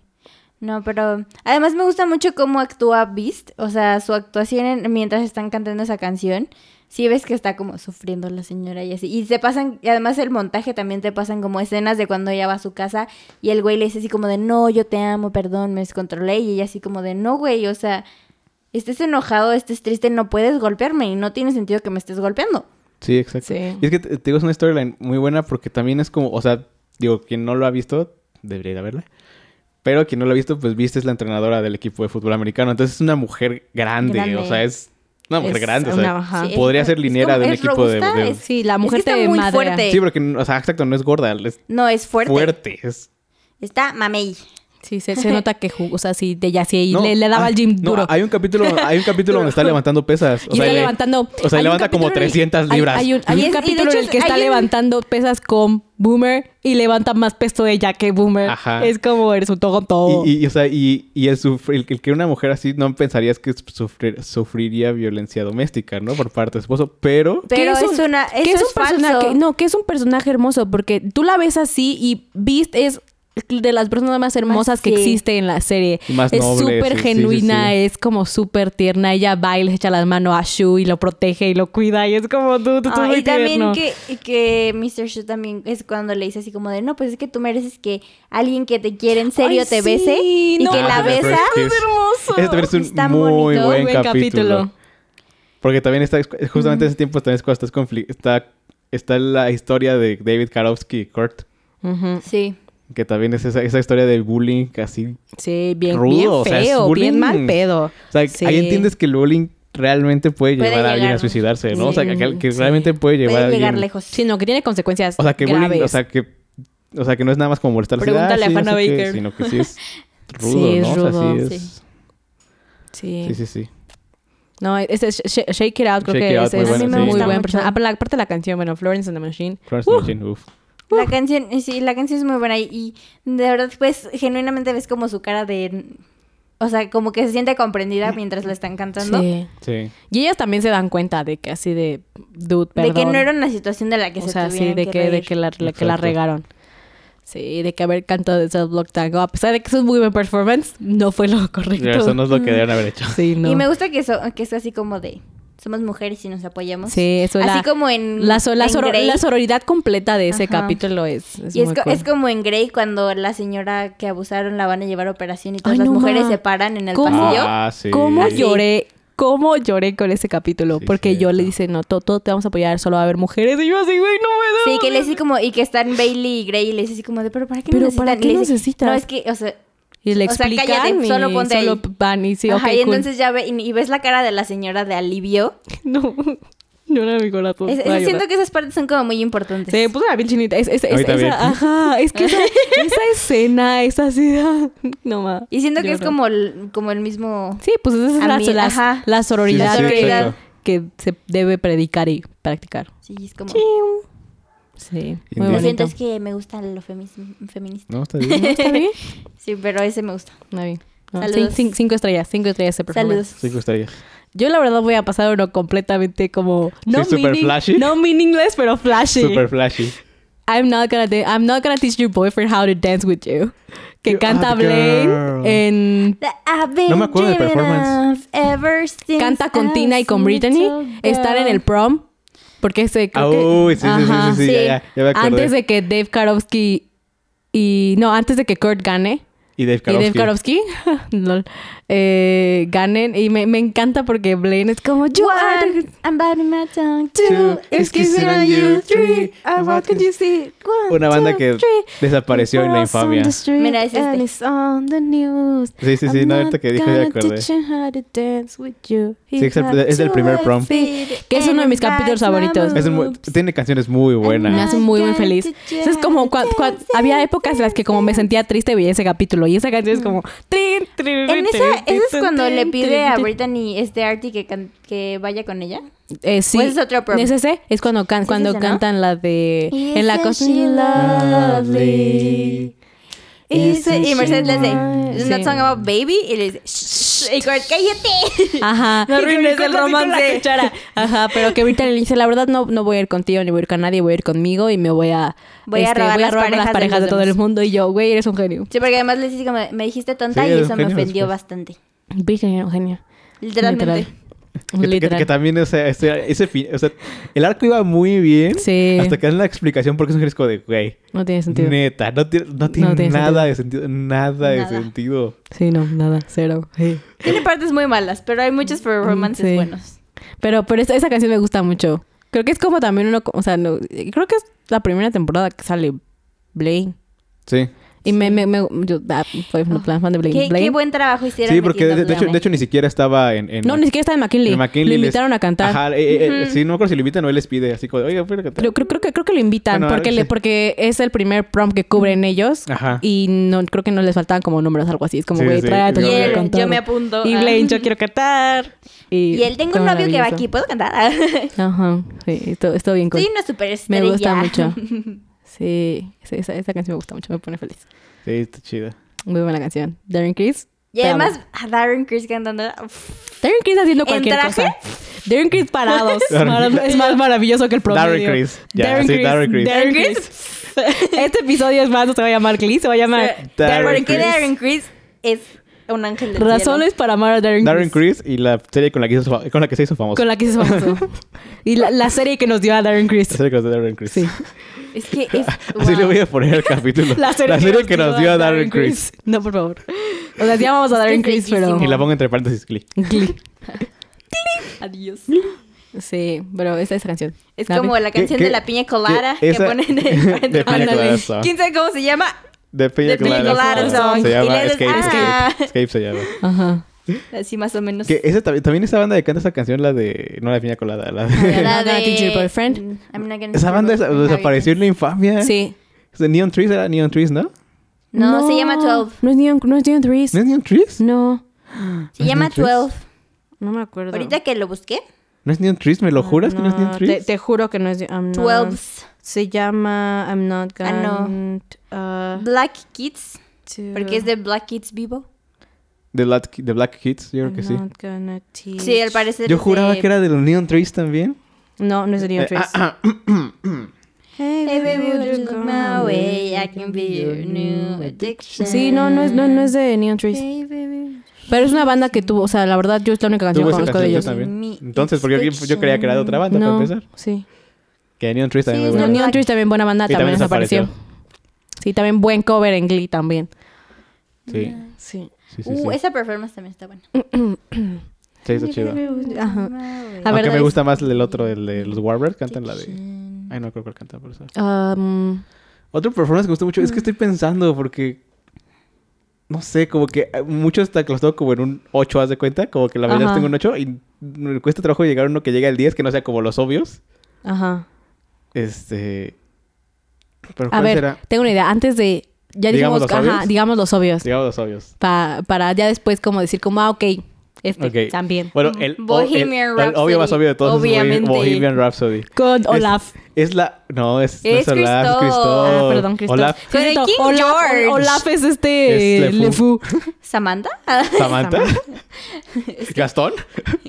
No, pero. Además me gusta mucho cómo actúa Beast. O sea, su actuación en- mientras están cantando esa canción. Sí ves que está como sufriendo la señora y así. Y se pasan, y además el montaje también te pasan como escenas de cuando ella va a su casa y el güey le dice así como de no, yo te amo, perdón, me descontrolé. Y ella así como de no, güey, o sea, estés enojado, estés triste, no puedes golpearme y no tiene sentido que me estés golpeando.
Sí, exacto.
Sí.
Y es que te, te digo, es una storyline muy buena porque también es como, o sea, digo, quien no lo ha visto, debería ir a verla. Pero quien no lo ha visto, pues viste es la entrenadora del equipo de fútbol americano. Entonces es una mujer grande,
Grande.
o sea, es una mujer
Es
grande. O sea,
una- ajá.
Sí, es-
podría ser
es
liniera
como-
de un
es
equipo de-
robusta,
de-
es-
Sí, la
Es que
mujer
está
te
muy
madrea.
fuerte.
Sí, porque, o sea, exacto, no es gorda, es
No, es
fuerte.
fuerte.
es-
Está mamey.
Sí, se, se nota que jugó, o sea, sí, de ya sí,
no,
le, le daba
ah,
al gym
no,
duro.
hay un capítulo, hay un capítulo donde está levantando pesas. O
y
sea,
está
le-
levantando.
o sea,
hay un
levanta como
capítulo en el-
300
hay-
libras.
Hay, un, hay un
Y es- y de
capítulo en el
hecho,
que está
hay un-
levantando pesas con Boomer y levanta más peso ella que Boomer.
Ajá.
Es como eres un todo todo.
Y, y- y, o sea, y, y el, sufr- el- el que una mujer así no pensarías que sufrir- sufriría violencia doméstica, ¿no? Por parte de su esposo, pero...
Que
Pero es,
un-
una.
que
Eso es,
un
falso.
personaje, no, que es un personaje hermoso porque tú la ves así y Beast es de las personas más hermosas que
sí.
existe en la serie.
Y más
es
noble,
súper
sí, sí, sí,
genuina,
sí.
es como súper tierna. Ella va y le echa las manos a Shu y lo protege y lo cuida y es como tú, tú, tú
Ah,
muy
y también
tierno.
que, y que Mr. Shu también es cuando le dice así como de, no, pues es que tú mereces que alguien que te quiere en serio
Ay,
te
sí,
bese y
no,
que
Ah,
la
pero
besa.
que
Es hermoso.
Ese también es un
Está
muy
bonito.
buen,
Buen
capítulo.
capítulo.
Porque también está... Justamente en ese tiempo también es cuando estás confli- está, está la historia de David Karofsky y Kurt.
Ujú.
Sí.
Que también es esa, esa historia del bullying así.
Sí, bien,
Rudo,
bien
o sea, es
feo, bien
bullying.
mal pedo.
O sea,
Sí.
ahí entiendes que el bullying realmente puede llevar
Puede
a alguien a
llegar.
suicidarse, ¿no? O sea, que, que
Sí.
realmente puede llevar a
Puede
alguien.
llegar lejos.
Sino que tiene consecuencias
O sea, que
graves.
bullying, o sea, que o sea, que no es nada más como molestarse. ah,
Pregúntale a
sí, no
Hannah
sé qué,
Baker.
sino que sí es rudo,
Sí, es
¿no? O sea,
rudo,
sí es
sí.
sí.
Sí, sí, sí.
No, ese es Sh- Sh- Shake It Out creo
Shake
que
It Out,
ese
muy
es
buena,
muy,
sí. Me gusta
buen
mucho.
personaje. Ah, pero la- aparte de la canción, bueno, Florence and the Machine.
Florence
Uh.
and the Machine, uf.
La canción, sí, la canción es muy buena y, y de verdad, pues, genuinamente ves como su cara de... O sea, como que se siente comprendida mientras la están cantando.
Sí.
Sí.
Y ellas también se dan cuenta de que así de dude,
De
perdón.
que no era una situación de la que
o
se
sea, sí,
tuvieran
de que,
que,
de
reír.
que la, la- que la
Exacto.
regaron. Sí, de que haber cantado de Self Block Tango, a pesar de que es un muy buen performance, no fue lo correcto.
Eso no es lo que debieron haber hecho.
Sí, no.
Y me gusta que, so- que es así como de... Somos mujeres y nos apoyamos.
Sí, eso
Así
la-
como en...
la, so- la
en
soro-
Grey.
la sororidad completa de ese
Ajá.
capítulo es, es
y es,
muy
co-
cool.
es como en Grey cuando la señora que abusaron la van a llevar a operación y todas
Ay,
las
no,
mujeres
ma.
se paran en el
¿Cómo?
pasillo.
Ah, sí.
¿Cómo
Así.
lloré? ¿Cómo lloré con ese capítulo?
Sí,
Porque yo le
cierto.
dice, no, todo, todo te vamos a apoyar, solo va a haber mujeres. Y yo así, güey, no me
Sí, que le dice como, y que están Bailey y Grey y le dice así como de, pero ¿para qué
Pero
nos necesitan?
¿para
Y
qué
le
nos
dice,
necesitas?
No, es que, o sea,
Y le
O sea,
explican
cállate,
y
solo ponte
solo
ahí.
van y sí,
ajá,
ok,
y
cool.
entonces ya ve, y, y ves la cara de la señora de alivio.
No, llora mi corazón.
Es- es-
Voy a llorar.
siento que esas partes son como muy importantes.
Se me
pues,
puso la piel chinita. Es, es- es-
Ahorita
esa-
bien.
ajá, es que esa, esa escena, esa así, ah, no más.
y siento que es como el, como el mismo...
Sí, pues esa es
A
la,
mí,
la-
ajá.
la sororidad,
Sí, sí, sí,
que-
exacto.
que, se debe predicar y practicar.
Sí, es como...
Sí,
Y
muy
bien.
Lo
bonito.
siento, es que me gusta lo femis- feminista.
No, está bien.
¿Está bien?
Sí, pero ese me gusta.
Está bien. No,
Saludos.
cin- cin- cinco estrellas, cinco estrellas de performance.
Saludos.
Sí, gustaría.
Yo la verdad voy a pasar uno completamente como no
Sí, super
meaning-
flashy.
no meaningless, pero flashy.
Super flashy.
I'm not gonna da- I'm not gonna teach your boyfriend how to dance with you. Que
You
canta
are the
Blaine
girl.
en
The- I've been
No me acuerdo del
dreaming
performance.
of ever since
canta
I
con Tina y
was
con
a
Brittany
little
estar en el
girl.
prom porque ese creo
Ah,
que-
uy, sí, sí, sí,
Ajá.
sí, sí, ya, ya, ya me acordé.
antes de que Dave Karofsky y no antes de que Kurt gane
Y Dave
y Dave
Karofsky.
Karofsky lol, eh, ganen y me, me encanta porque Blaine es como you are the
One, I'm biting my tongue.
two, excuse me,
on
you
you,
three,
three,
I
I'm
what could you see? One,
Una banda
two,
que
three,
desapareció en la
Girls on
infamia.
the street
Mira, es este.
and it's on the news.
Sí, sí, sí,
I'm
no,
not
ahorita que dije, ya
gonna
acordé.
teach you how to dance with you.
Sí, es el-
He
es del
had
primer
to
prom.
be- Que es uno de mis capítulos favoritos.
Es un mu- tiene canciones muy
Me
buenas.
hace muy muy feliz. Eso es como cua- cua- había épocas en las que como me sentía triste veía ese capítulo y esa canción es como trin, trin,
Mm. En esa,
trin,
¿Eso es
trin,
cuando
trin,
le
trin,
pide a
trin.
Brittany este Artie que, can- que vaya con ella?
Eh, sí.
¿O ese Pues es otro prom?
¿Es ese? Es cuando, can-
es
cuando
ese, ¿no?
cantan la de... En la
Isn't
cosa...
she
lovely?
Isn't- y Mercedes le hace, "It's
Sí.
not song about baby, y le dice, "Shh, shh", y Kurt, cállate.
Ajá.
No arruines el
Así con la
romance.
cuchara. Ajá, pero que ahorita le dice, la verdad no, no voy a ir contigo ni voy a ir con nadie, voy a ir conmigo y me voy a...
Voy a robar las parejas de los
de todo
demás.
el mundo y yo, güey, eres un genio.
Sí, porque además le dice como, me dijiste tonta
Sí,
y
es
eso
un
me
genio
ofendió
después.
bastante.
Virgen era un genio.
Literalmente.
Que- que-
Literal.
Que,
Literal.
también, o sea, ese, ese fin- o sea, el arco iba muy bien.
Sí.
Hasta que dan la explicación porque es un disco de, güey,
No tiene sentido.
neta, no tiene, no tiene
tiene
nada de sentido, nada, de
Nada.
sentido.
Sí, no, nada, cero. Sí.
Tiene partes muy malas, pero hay muchos performances
Sí.
buenos.
Pero, pero esa, esa canción me gusta mucho. Creo que es como también uno, o sea, no- creo que es la primera temporada que sale Blaine.
Sí.
Y me, me, me, yo, ah, fue un plan fan de Blaine.
Qué,
Blaine-
qué buen trabajo hicieron.
Sí, porque de,
metiendo
de hecho,
drama.
de hecho ni siquiera estaba en... en
no, ni siquiera está en McKinley.
en McKinley
Lo
les-
invitaron a cantar.
Ajá, eh, eh, eh, sí, no me acuerdo si lo invitan o él les pide, así como, oiga, voy a cantar".
Pero creo, creo que creo que lo invitan
Bueno,
porque
sí.
le, porque es el primer prom que cubren ellos
Ajá.
y no creo que no les faltaban como números algo así es como
Sí,
güey
sí.
trae a tu
Y
novio a
él,
cantar".
yo me apunto.
y
Ah.
Blaine yo quiero cantar y,
Y él, tengo un
fue
novio que va
maravilloso.
aquí, ¿puedo cantar?
ajá sí esto esto bien cool
Soy una superestrella.
me gusta mucho sí sí, esa, esa canción me gusta mucho me pone feliz
Sí, está chida.
muy buena canción Darren Criss
Y
te amo.
además, a Darren Criss cantando. uf,
Darren Criss haciendo
¿En
cualquier
traje?
cosa Darren Criss parados
Darren
Mara-
Criss.
es más maravilloso que el promedio
Darren Criss. Ya,
Darren
sí,
Criss,
Darren Criss.
Darren
Darren
Criss. este episodio es más no se va a llamar Glee se va a llamar
Darren
porque
Criss.
Darren Criss es un ángel del
Razones para amar a Darren,
Darren
Criss.
Criss y la serie con la que, hizo fa- con la que se hizo famoso.
Con la que se famoso. y la, la serie que nos dio a Darren
La
Criss.
serie con Darren Criss.
Sí.
cielo. Es que es.
Así
wow.
le voy a poner el capítulo.
La serie,
que nos dio a Darren Criss.
No, por favor. O sea, sí amamos a Darren
Es que es
Criss, pero...
bellísimo.
Y la pongo entre paréntesis, Glee.
Glee.
Adiós.
Sí, pero esa es la canción.
Es
¿La
como
vi?
la canción
qué-
de la piña colada
qué-
que
esa-
ponen
de piña
Ándale.
colada song.
¿Quién sabe cómo se llama?
De Piña
De Piña
Colada.
Colada
Song.
Song.
Se
Y
llama
le-
Escape,
ah.
Escape. Escape se llama.
Ajá.
Así más o menos.
Que esa, también, también esa banda que canta esa canción, la de... No, la de Piña Colada. La
I'm
de,
not gonna teach your boyfriend.
I'm not gonna teach
esa
your
banda esa-
boyfriend.
desapareció en la infamia.
Sí.
Es de Neon Trees, era Neon Trees, ¿no?
No, se llama 12.
No es Neon, no es Neon Threes.
¿No es Neon Trees?
No.
Se llama 12.
No me acuerdo.
Ahorita que lo busqué.
¿No es Neon Trees? ¿Me lo juras que no es Neon
te,
Trees?
te juro que no es I'm not-
12
Se llama I'm not
Ah, no.
going ah,
Black Kids.
to-
Porque es de Black Kids Vivo.
The Black, The Black Kids, yo creo que
I'm
sí.
not gonna teach.
Sí, al parecer.
Yo
es
juraba
de-
que era de los Neon Trees también.
No, no es de Neon
Eh,
Trees.
ah,
Hey baby, would you look my way? I can be your new addiction.
Sí, no, no es, no, no es de Neon Trees.
Hey, baby.
Pero es una banda que tuvo, o sea, la verdad, yo es la única canción
Tuvo
que
esa
conozco de
canción yo
ellos.
también.
Mi
Entonces, porque yo, yo creía que era de otra banda,
no,
para empezar.
sí.
Que Neon Trees también
Sí,
me
no,
No,
gusta.
Neon Trees también buena banda,
Y
también,
también
desapareció.
desapareció.
Sí, también buen cover en Glee también.
Sí,
Sí.
sí, sí. sí.
Uh, esa performance también está buena.
Sí, está chido.
Ajá. A
Aunque
ver,
me
David.
gusta más el otro, el de los Warbirds, cantan la de... Ay, no creo que cantan por eso.
Um,
Otro performance que me gustó mucho, es que estoy pensando porque... No sé, como que eh, muchos está clasificado como en un 8, haz de cuenta. Como que la mayoría
Ajá.
tengo un 8 y me cuesta trabajo llegar a uno que llegue al 10, que no sea como los obvios.
ajá.
Este... Pero
A
¿cuál
ver,
será?
tengo una idea. Antes de. Ya
Digamos
dijimos,
los
ajá,
obvios.
digamos los obvios.
Digamos los obvios.
pa- para ya después, como decir, como, ah, ok, este
Ok.
también.
Bueno, el, o- el-
Bohemian
el obvio más
Rhapsody,
obvio de todos es
obviamente.
Bohe- Bohemian Rhapsody.
Con
Es-
Olaf.
Es la... No, es... no
Es
Olaf, es
Christoph.
Christoph.
Ah, perdón, Cristóbal.
Olaf
Sí, es cierto,
Pero King
Olaf,
George.
Olaf es este.
Es Le
Le Fou.
¿Samantha?
Samantha. Gastón.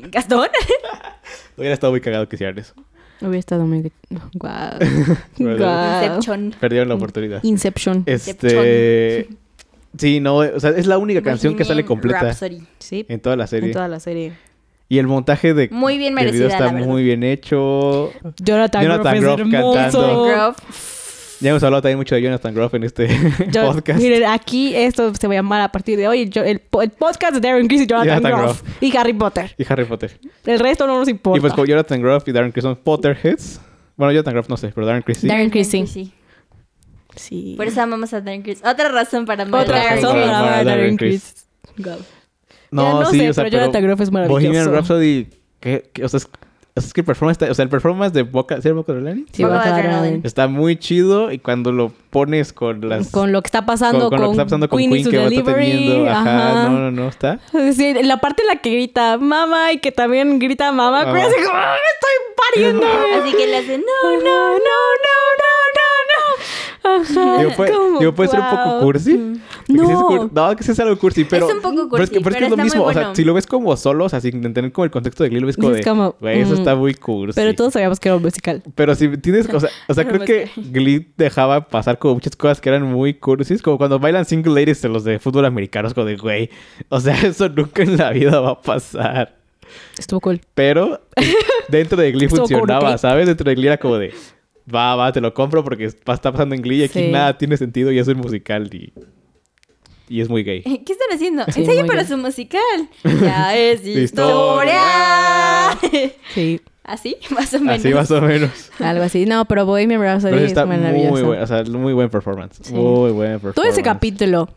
¿Gastón?
Hubiera estado muy cagado que hicieran eso.
Hubiera estado muy. Guau. Guau.
Inception.
Perdieron la oportunidad.
Inception.
Eh, Este. Sí, no, o sea, es la única canción que sale
Bohemian
completa
Pues Rhapsody.
Sí.
en toda la serie.
En toda la serie.
Y el montaje de.
Mm,
Muy bien
del video
merecida,
está
la verdad.
muy bien hecho.
Jonathan,
Jonathan
Groff
Groff
es hermoso.
cantando.
Groff.
Ya hemos hablado también mucho de Jonathan Groff en este
Yo-
podcast.
Miren, aquí esto se va a llamar a partir de hoy el, jo- el po- el podcast de Darren Criss y Jonathan,
Jonathan
Groff. Y Harry Potter.
Y Harry Potter.
El resto no nos importa.
Y pues con Jonathan Groff y Darren Criss son Potterheads. Bueno, Jonathan Groff no sé, pero Darren Criss sí.
Darren Criss, sí.
Sí.
Sí.
Por eso amamos a Darren Criss. Otra razón para amar
Otra
a Darren
razón
Criss.
para- amar a Darren Criss.
God.
No,
Ya no
sí,
sé,
o sea,
pero Jonathan Groff es maravilloso.
Bohemian Rhapsody, que, que- o sea, es, es que el performance, está- o sea, el performance de Boca, ¿sí era Boca Raton?
Sí, va a eh.
Boca
acabar
Adrenaline.
Está muy chido y cuando lo pones con las...
con lo que está
con-
pasando
con
con,
lo que está pasando con
Queen,
Queen,
y su
que va
delivery.
teniendo. Ajá,
ajá.
no, no, no, está.
Sí, la parte en la que grita mamá y que también grita mamá,
Mamá.
Queen así como "Ah, me estoy pariendo.
Así que le hacen, no,
no, no, no, no, no, no. Ajá.
Digo, puede,
como,
digo, puede ser un poco
Ah, wow. Mm.
cursi. porque sí es
No.
cur- no, que sí es algo cursi, pero...
un poco
pero es
cursi,
que, pero es que
pero
es lo
está muy
mismo, o sea,
bueno.
si lo ves como solo, o sea, sin entender como el contexto de Glee, lo ves como
Es
de...
como,
"Güey, eso
mm,
está muy cursi.
Pero Pues todos sabíamos que era un musical.
Pero si tienes, o sea, o sea, creo que Glee dejaba pasar como muchas cosas que eran muy cursis, como cuando bailan single ladies de los de fútbol americanos como de güey. O sea, eso nunca en la vida va a pasar.
Estuvo cool.
Pero dentro de Glee
Estuvo cool,
funcionaba,
ok.
¿sabes? Dentro de Glee era como de va, va, te lo compro porque va- está pasando en Glee y aquí
Sí.
nada tiene sentido y es un musical y, y es muy gay.
¿Qué están haciendo?
Sí,
Ensayo
muy
para
bien.
su musical. Ya es
Historia.
historia.
Sí,
Así, más o menos.
Así más o menos.
algo así. No, pero Bohemian Rhapsody
Pero sí
es
está muy
maravilloso.
buen, o sea, muy buen performance.
Sí.
Muy buen performance.
Todo ese capítulo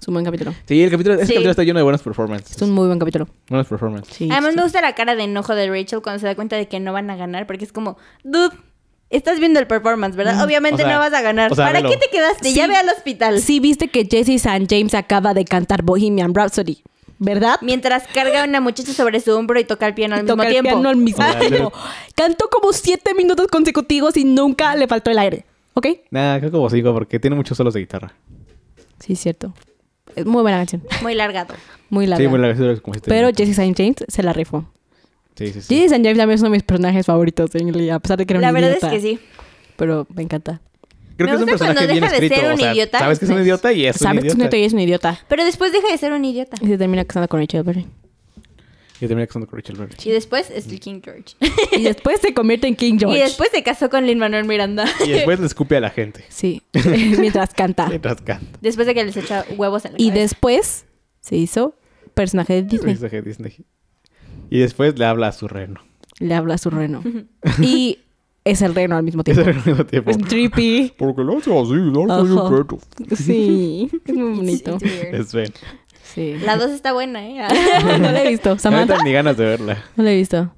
es un buen capítulo.
Sí, el capítulo, ese
Sí.
capítulo está lleno de buenas performances.
Es un muy buen capítulo.
Buenas performances.
Sí.
Además
sí.
me gusta la cara de enojo de Rachel cuando se da cuenta de que no van a ganar, porque es como, dude, estás viendo el performance,
Mm,
¿verdad? Obviamente
O sea,
no vas a ganar.
o sea,
¿Para
velo.
qué te quedaste?
Sí.
Ya ve al hospital.
Sí, viste que Jesse St. James acaba de cantar Bohemian Rhapsody, ¿verdad?
Mientras carga a una muchacha sobre su hombro y toca el piano al
Y toca
mismo
el
tiempo.
piano al mismo
Ah,
tiempo. Cantó como siete minutos consecutivos y nunca le faltó el aire. ¿Ok?
Nah, creo como cinco porque tiene muchos solos de guitarra.
Sí, cierto. Es muy buena canción.
Muy largado.
Muy larga.
Sí, muy largo, es como siete
Pero
minutos.
Jesse St. James se la rifó.
Sí, sí, sí.
Jesse St. James también es uno de mis personajes favoritos en Glee, a pesar de que era un
La verdad
idiota.
es que sí.
Pero me encanta.
Creo que
me
es un
gusta
personaje
cuando
bien
deja de
escrito.
ser
o
un
sea,
idiota.
Sabes que es un idiota y es un
Sabes que es un
idiota.
idiota y es un idiota.
Pero después deja de ser un idiota.
Y se termina casando con Rachel Berry.
Y termina casando con Rachel Berry.
Y después es el King George.
Y después se convierte en King George.
Y después se casó con Lin Manuel Miranda.
Y después le escupe a la gente.
Sí, mientras canta.
Mientras canta.
Después de que les echa huevos en la
Y
cabeza.
después se hizo personaje de Disney.
Personaje de Disney. Y después le habla a su reno.
le habla a su reno. y es el reno al mismo
Eso
tiempo.
era el mismo tiempo.
Es trippy.
Porque lo hace así, no soy
Ajá.
un peto.
Sí, es muy
It's-
bonito.
it's weird.
Es Sven.
Sí.
La dos está buena, ¿eh?
no la he visto. Samantha,
Ahorita ni ganas de verla.
no la he visto.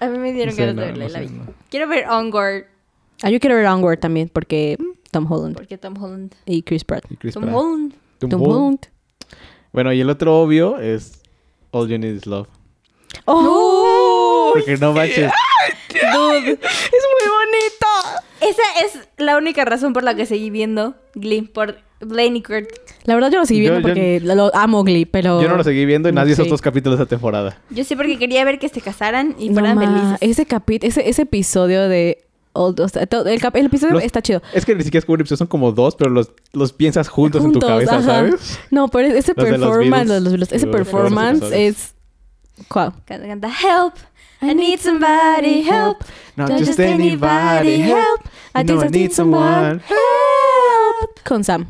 A mí me dieron
No sé,
ganas
no,
de verla y
no
la
sé,
vi.
no.
Quiero ver Onward
Ah, yo quiero ver Onward también porque mm, Tom Holland
porque Tom Holland.
y Chris Pratt.
Y Chris
Tom
Pratt.
Holland.
Tom
Tom
Holland.
Holland.
Bueno, y el otro obvio es All You Need Is Love.
¡Oh!
Porque no manches.
Dude, es muy bonito.
Esa es la única razón por la que seguí viendo Glee por Blaney Kurt.
La verdad yo lo seguí
Yo-
viendo
yo-
porque lo amo Glee, pero
Yo no lo seguí viendo y nadie hizo
Mm, Sí.
estos capítulos de esta temporada.
Yo sí porque quería ver que se casaran y
No
fueran
ma,
felices.
Ese capi- ese, ese episodio de Old- o sea, todo- el, cap- el episodio
Los-
está chido.
Es que ni siquiera es como un episodio, son como dos, pero los, los piensas juntos, en tu cabeza,
ajá.
¿sabes?
No, pero ese
Los de los
performance,
Beatles.
los- los- ese
Los de los
performance
episodios.
es wow.
Canta, canta, help. I need somebody help.
Not
Don't
just anybody, help.
I
You know
just
I need someone.
help. Con Sam.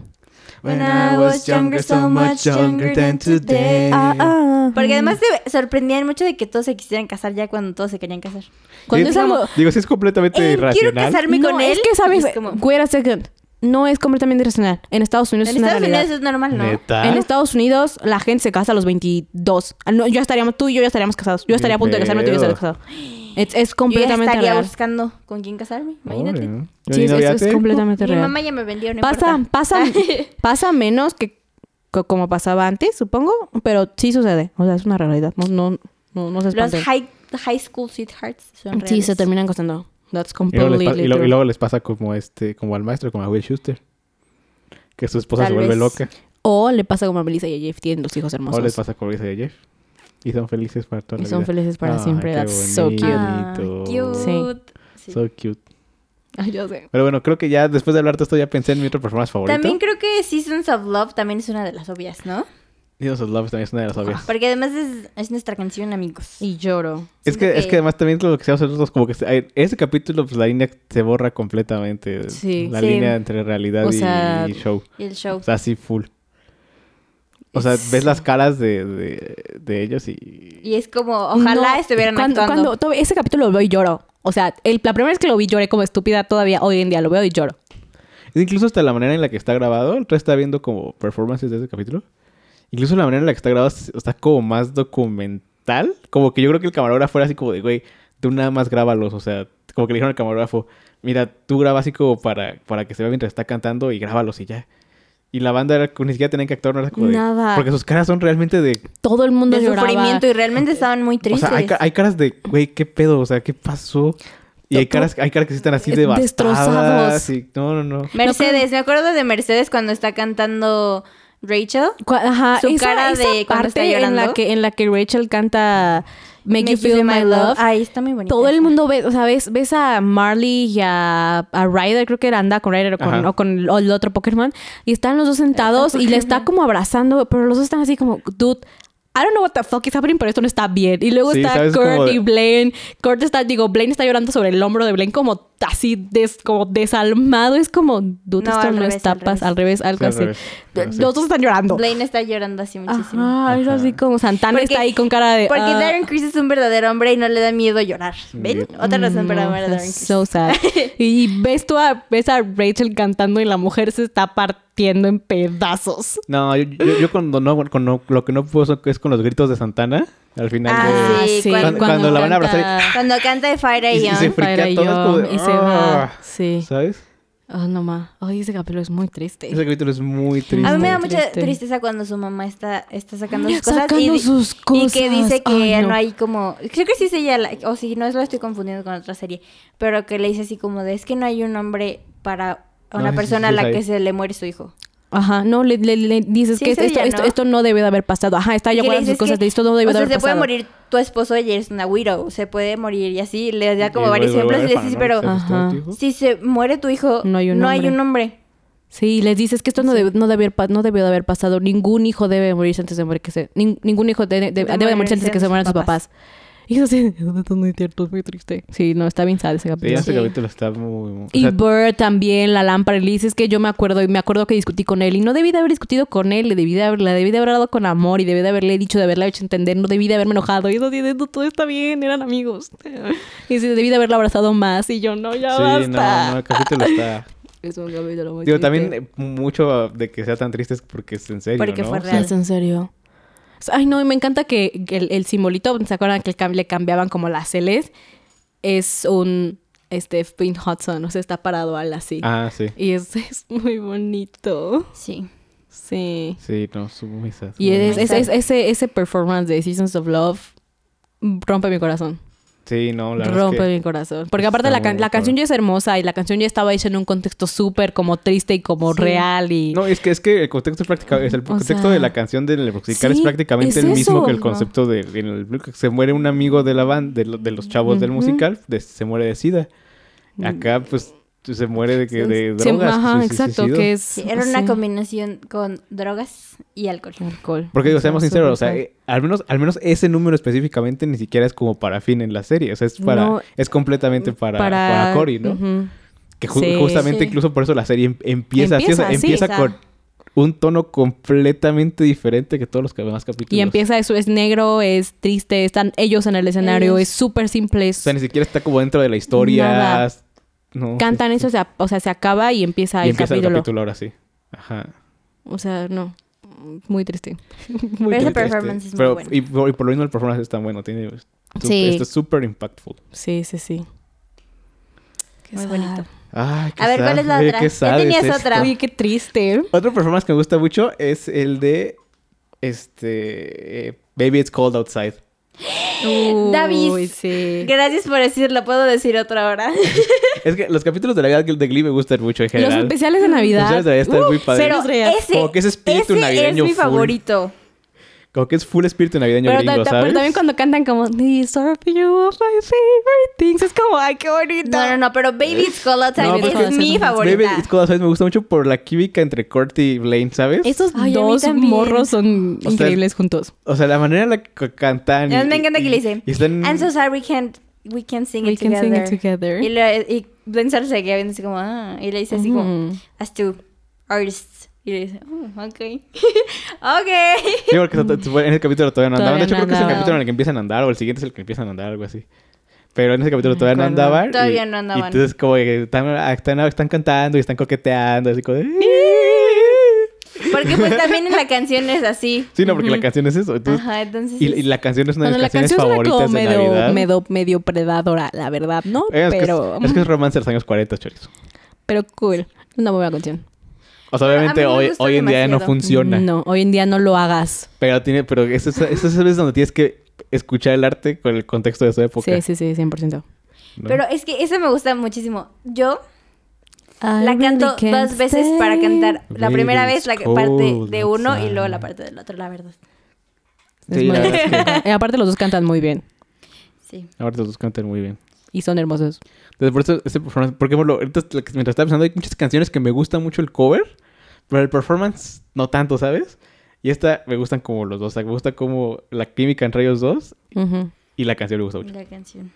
When I was younger, so much younger than today.
Ah, ah.
Porque además se sorprendían mucho de que todos se quisieran casar ya cuando todos se querían casar.
Cuando
Sí,
es algo-
Digo, sí es completamente
Eh, quiero
irracional.
casarme
no,
con él.
es que sabes,
Es como-
wait a second. No es completamente irracional. En Estados Unidos
en
es una
Estados
realidad.
Unidos es normal, ¿no?
¿Neta?
En Estados Unidos la gente se casa a los 22. Ah, no, yo estaríamos, tú y yo ya estaríamos casados. Yo estaría a punto de casarme, tú y yo estarías
pedo.
casado. Es, es
Yo ya
completamente
estaría
real.
buscando con quién casarme. Imagínate. Uh,
Órale, ¿no? Yo
Sí,
ni
es,
novia
es- es
tengo.
completamente
Mi
real.
mamá ya me vendió, no
pasa,
importa.
pasa, pasa menos que co- como pasaba antes, supongo, pero sí sucede. O sea, es una realidad. No, no, no, no se
Los
espanten.
high, high school sweethearts son reales.
Sí, se terminan casando.
Y luego, les
That's
pa-
completely
y, luego, y
true.
luego les pasa como este, como al maestro, como a Will Schuster. Que su esposa
Tal
se vuelve
vez.
loca.
O le pasa como a Melissa y a Jeff, tienen dos hijos hermosos.
O les pasa con Lisa y Jeff. Y son felices para toda
Y
la
son
vida.
felices para
Ay,
siempre.
Ah, qué
That's so cute.
Ah,
bonito.
cute. Sí.
So cute.
Ay, yo sé.
Pero bueno, creo que ya después de hablarte esto ya pensé en mi otro performance favorito.
También creo que Seasons of Love también es una de las obvias, ¿no?
Dinos of Love también es una
Ah,
de las obvias.
Porque además es, es nuestra canción, amigos.
Y lloro.
Es
Siento
que, es que además también lo que se hace nosotros como que se- ay, ese capítulo pues la línea se borra completamente.
Sí.
La
Sí.
línea entre realidad
O
y-
sea,
y show.
Y el show.
O sea, así full. O sea, ves las caras de, de, de ellos y...
y es como, ojalá
No,
estuvieran
cuando,
actuando.
Cuando to- ese capítulo lo veo y lloro. O sea, el- la primera vez que lo vi lloré como estúpida todavía. Hoy en día lo veo y lloro.
Incluso hasta la manera en la que está grabado, el está viendo como performances de ese capítulo. Incluso la manera en la que está grabado es- está como más documental. Como que yo creo que el camarógrafo era así como de, güey, tú nada más grábalos. O sea, como que le dijeron al camarógrafo, mira, tú graba así como para, para que se vea mientras está cantando y grábalos y ya. Y la banda era, ni siquiera tenían que actuar, no era como de-
Nada.
Porque sus caras son realmente de
Todo el mundo
de
lloraba.
sufrimiento y realmente estaban muy tristes.
O sea, hay, ca- hay caras de, güey, ¿qué pedo? O sea, ¿qué pasó? Y hay caras, hay caras que sí están así
Eh,
devastados.
destrozados.
Y, no, no, no.
Mercedes, me acuerdo de Mercedes cuando está cantando Rachel.
Cu- Ajá,
Su
esa-
cara
esa
de cuando está
parte en la
llorando.
que en la que Rachel canta Make, you feel, my love.
Ay, está muy bonito.
todo el mundo ve, o sea, ves, ves a Marley y a, a Ryder, creo que era anda con Ryder o con,
Ajá.
o con el- o el otro Pokémon, y están los dos sentados y le está como abrazando, pero los dos están así como, dude. I don't know what the fuck is happening, pero esto no está bien. Y luego
Sí,
está
¿sabes? Como
Kurt
de-
y Blaine. Kurt está, digo, Blaine está llorando sobre el hombro de Blaine como así, des, como desalmado. Es como, dude,
No,
esto
al
no
revés,
está
al revés.
pasando, al revés, algo
Sí, al
así.
revés. Pero sí.
Los dos están llorando.
Blaine está llorando así muchísimo.
Ajá, es así
Ajá.
como Santana
Porque-
está ahí con cara de.
Porque
ah,
Darren Criss es un verdadero hombre y no le da miedo llorar. ¿Ven?
Bien.
Otra razón para
no,
amar a Darren
Mm, that's
Criss.
So sad. y ves tú a, ves a Rachel cantando y la mujer se está partiendo en pedazos.
No, yo, yo- yo cuando no, cuando no- lo que no puedo son- es con los gritos de Santana. Al final
Ah,
de...
sí, cuando-
cuando la van a abrazar y-
canta
Cuando canta de Fire
Y- y
Young.
se fue- friquea
Fire
todo, es como de,
Young y se va.
"Ah".
Sí.
¿Sabes?
Oh, no más. Ay, ese capítulo es muy triste.
Ese capítulo es muy triste.
A mí me da
muy
mucha
triste.
tristeza cuando su mamá está, está sacando sus cosas.
Sacando
y, di-
sus
Y que
cosas.
dice que
Ay,
no.
no.
hay como... Creo que sí es ella, la- o si no, lo estoy confundiendo con otra serie. Pero que le dice así como de, es que no hay un hombre para
No,
una
sí, sí,
persona a
sí,
la
ahí.
que se le muere su hijo.
Ajá, no, le, le- le dices
Sí,
que
es
esto,
ella,
esto,
¿no?
esto no debe de haber pasado. Ajá, está
Y que le
llevando
dices
sus cosas
que,
de esto no debe
o
de
sea,
haber
se puede
pasado.
morir tu esposo y eres una widow. Se puede morir y así. Le da como
Y
varios
luego-
ejemplos y
luego
le
para
dices,
no
pero...
molestar a tu
Ajá.
hijo.
Si se muere tu hijo, no hay un hombre.
Sí, les dices que esto no, debe- no, debió, no debió de haber pasado. Ningún hijo debe morirse antes de morir que se... nin- ningún hijo de- de-
De
debe de morirse antes de que se mueran sus papás. Y yo así, no es muy cierto, es muy triste. Sí, no, está bien sad
Sí,
ese capítulo.
ese
Sí.
capítulo está muy... muy- o
Y
sea,
Burr también, la lámpara, Liz, es que yo me acuerdo, y me acuerdo que discutí con él, y no debí de haber discutido con él, le debí de haber, la debí de haber dado con amor, y debí de haberle dicho, de haberla hecho entender, no debí de haberme enojado, y eso tiene, no, todo está bien, eran amigos. Y sí, debí de haberla abrazado más, y yo, no, ya
sí, no, no,
basta.
el capítulo está...
Es un capítulo muy
Digo,
triste.
también eh, mucho de que sea tan triste es porque es en serio,
Porque
¿no?
fue
O sea,
real.
Es en serio. Ay, no, y me encanta que que el, el simbolito, ¿se acuerdan que el cam- le cambiaban como las Ls? Es un, este, Pink Hudson, o sea, está parado al así.
Ah, sí.
Y eso es muy bonito.
Sí.
Sí.
Sí, no, es muy sad.
Y
muy
es-
sad.
es- es- ese, ese performance de Seasons of Love rompe mi corazón.
Sí, no, la verdad
rompe
es que...
mi corazón. Porque aparte la,
está
can-
muy
la canción
padre.
ya es hermosa y la canción ya estaba hecha en un contexto súper como triste y como
Sí.
real y...
No, es que, es que el contexto es práctica- es el contexto
sea,
de la canción del musical es
sí,
prácticamente
es
el mismo
eso.
que el concepto de en el- se muere un amigo de la banda, de, lo- de los chavos del
Ujú. Mm.
musical, de- se muere de sida. Acá pues se muere de que de
Sí,
drogas,
ajá,
se- se
exacto,
suicidó.
que es...
Sí, Era una
Ah, pues sí.
combinación con drogas y alcohol.
Alcohol.
Porque digo,
Estaba
seamos sinceros, o
súper
sea,
sad.
eh, al menos al menos ese número específicamente ni siquiera es como para fin en la serie, o sea, es para
No, mm,
es completamente para para, Cory, ¿no?
Ujú.
Que ju-
Sí.
justamente
Sí.
incluso por eso la serie em- empieza, así, o sea,
Empieza así,
empieza,
o sea.
con un tono completamente diferente que todos los demás capítulos.
Y empieza eso, es negro, es triste, están ellos en el escenario, es súper simple. es-
O sea, ni siquiera está como dentro de la historia.
Nada.
No,
Cantan
sí,
eso, se a- o sea, se acaba y empieza,
Y
el,
empieza
capítulo.
el capítulo ahora sí. Ajá.
O sea, no. Muy triste.
Muy
Pero ese
triste.
performance es muy
Este, Pero-
bueno.
Y por, y por lo mismo el performance es tan bueno. Tiene,
Sí.
Esto es súper impactful.
Sí, sí, sí.
Muy bonito.
Ay, qué
A ver,
sad,
¿cuál es la
oye,
otra?
qué
Ya
sad
tenías
es
otra.
esto.
Oye, qué triste.
Otro performance que me gusta mucho es el de... Este... eh, Baby It's Cold Outside.
Davis.
Uy, sí.
Gracias por decirlo, puedo decir otra hora.
Es que los capítulos de la vida de Glee me gustan mucho en
Los
general.
especiales de Navidad.
Los especiales de Navidad están muy padres.
Pero ese...
Como que ese espíritu
ese
navideño
es mi
full.
favorito.
Como que es full espíritu navideño
Pero, ta-
gringo,
ta- pero
¿sabes?
también cuando cantan como These are a few of my favorite things. Es como, ay, qué bonito.
No, no, no, pero Baby It's Cold Outside
No, porque-
es mi favorita.
Baby It's Cold Outside me gusta mucho por la química entre Kurt y Blaine, ¿sabes?
Esos
Ay, a mí
dos
también.
morros son
O sea,
increíbles juntos.
O sea, la manera en la que cantan. y-
Además, me encanta que le dice,
y están-
I'm so sorry we can't, we can't sing
We
it
can
together.
sing it together.
Y, le, y Blaine se seguía viendo así como, ah, y le dice así como,
Ujú.
as two artists. Y le dice, oh, ok. ok.
Sí, porque to- to- en ese capítulo todavía no andaban. De
Todavía
hecho, creo
no
que es el
andaban.
capítulo en el que empiezan a andar, o el siguiente es el que empiezan a andar, algo así. Pero en ese capítulo
me
todavía no
acuerdo.
andaban. y-
Todavía no
y
andaban.
entonces, como que están, están, están cantando y están coqueteando, así como. de- "Eh".
Porque pues también en la canción es así.
Sí, no, porque la canción es eso. Entonces,
Ajá, entonces.
y,
es-
y la canción es una de
Bueno,
mis
la
canciones
canción suena como
favoritas de
medio,
Navidad.
medio, medio predadora, la verdad, ¿no?
Eh, es, que es-
pero, mm.
es que es, romance de los años 40, chorizo.
pero cool. Una buena canción.
O sea,
Pero a
obviamente
mí me
hoy,
gusta
hoy en día ya no
demasiado.
funciona.
No, hoy en día no lo hagas.
Pero tiene, pero eso es, eso es a veces donde tienes que escuchar el arte con el contexto de su época.
Sí, sí, sí, 100%.
¿no?
Pero es que esa me gusta muchísimo. Yo la canto dos veces para cantar. La
Baby,
primera vez
it's
la que-
cold
parte de uno y
outside.
luego la parte del otro, la verdad.
Es
Sí,
muy
la verdad
bonito. Y aparte los dos cantan muy bien
Sí.
Ahorita los dos cantan muy bien.
y son hermosos.
Entonces, por eso, ese performance, porque por ejemplo, ahorita, la que- mientras estaba pensando, hay muchas canciones que me gusta mucho el cover, pero el performance no tanto, ¿sabes? Y esta me gustan como los dos, o sea, me gusta como la química entre ellos dos
Ujú.
y la canción me gusta mucho.
La canción.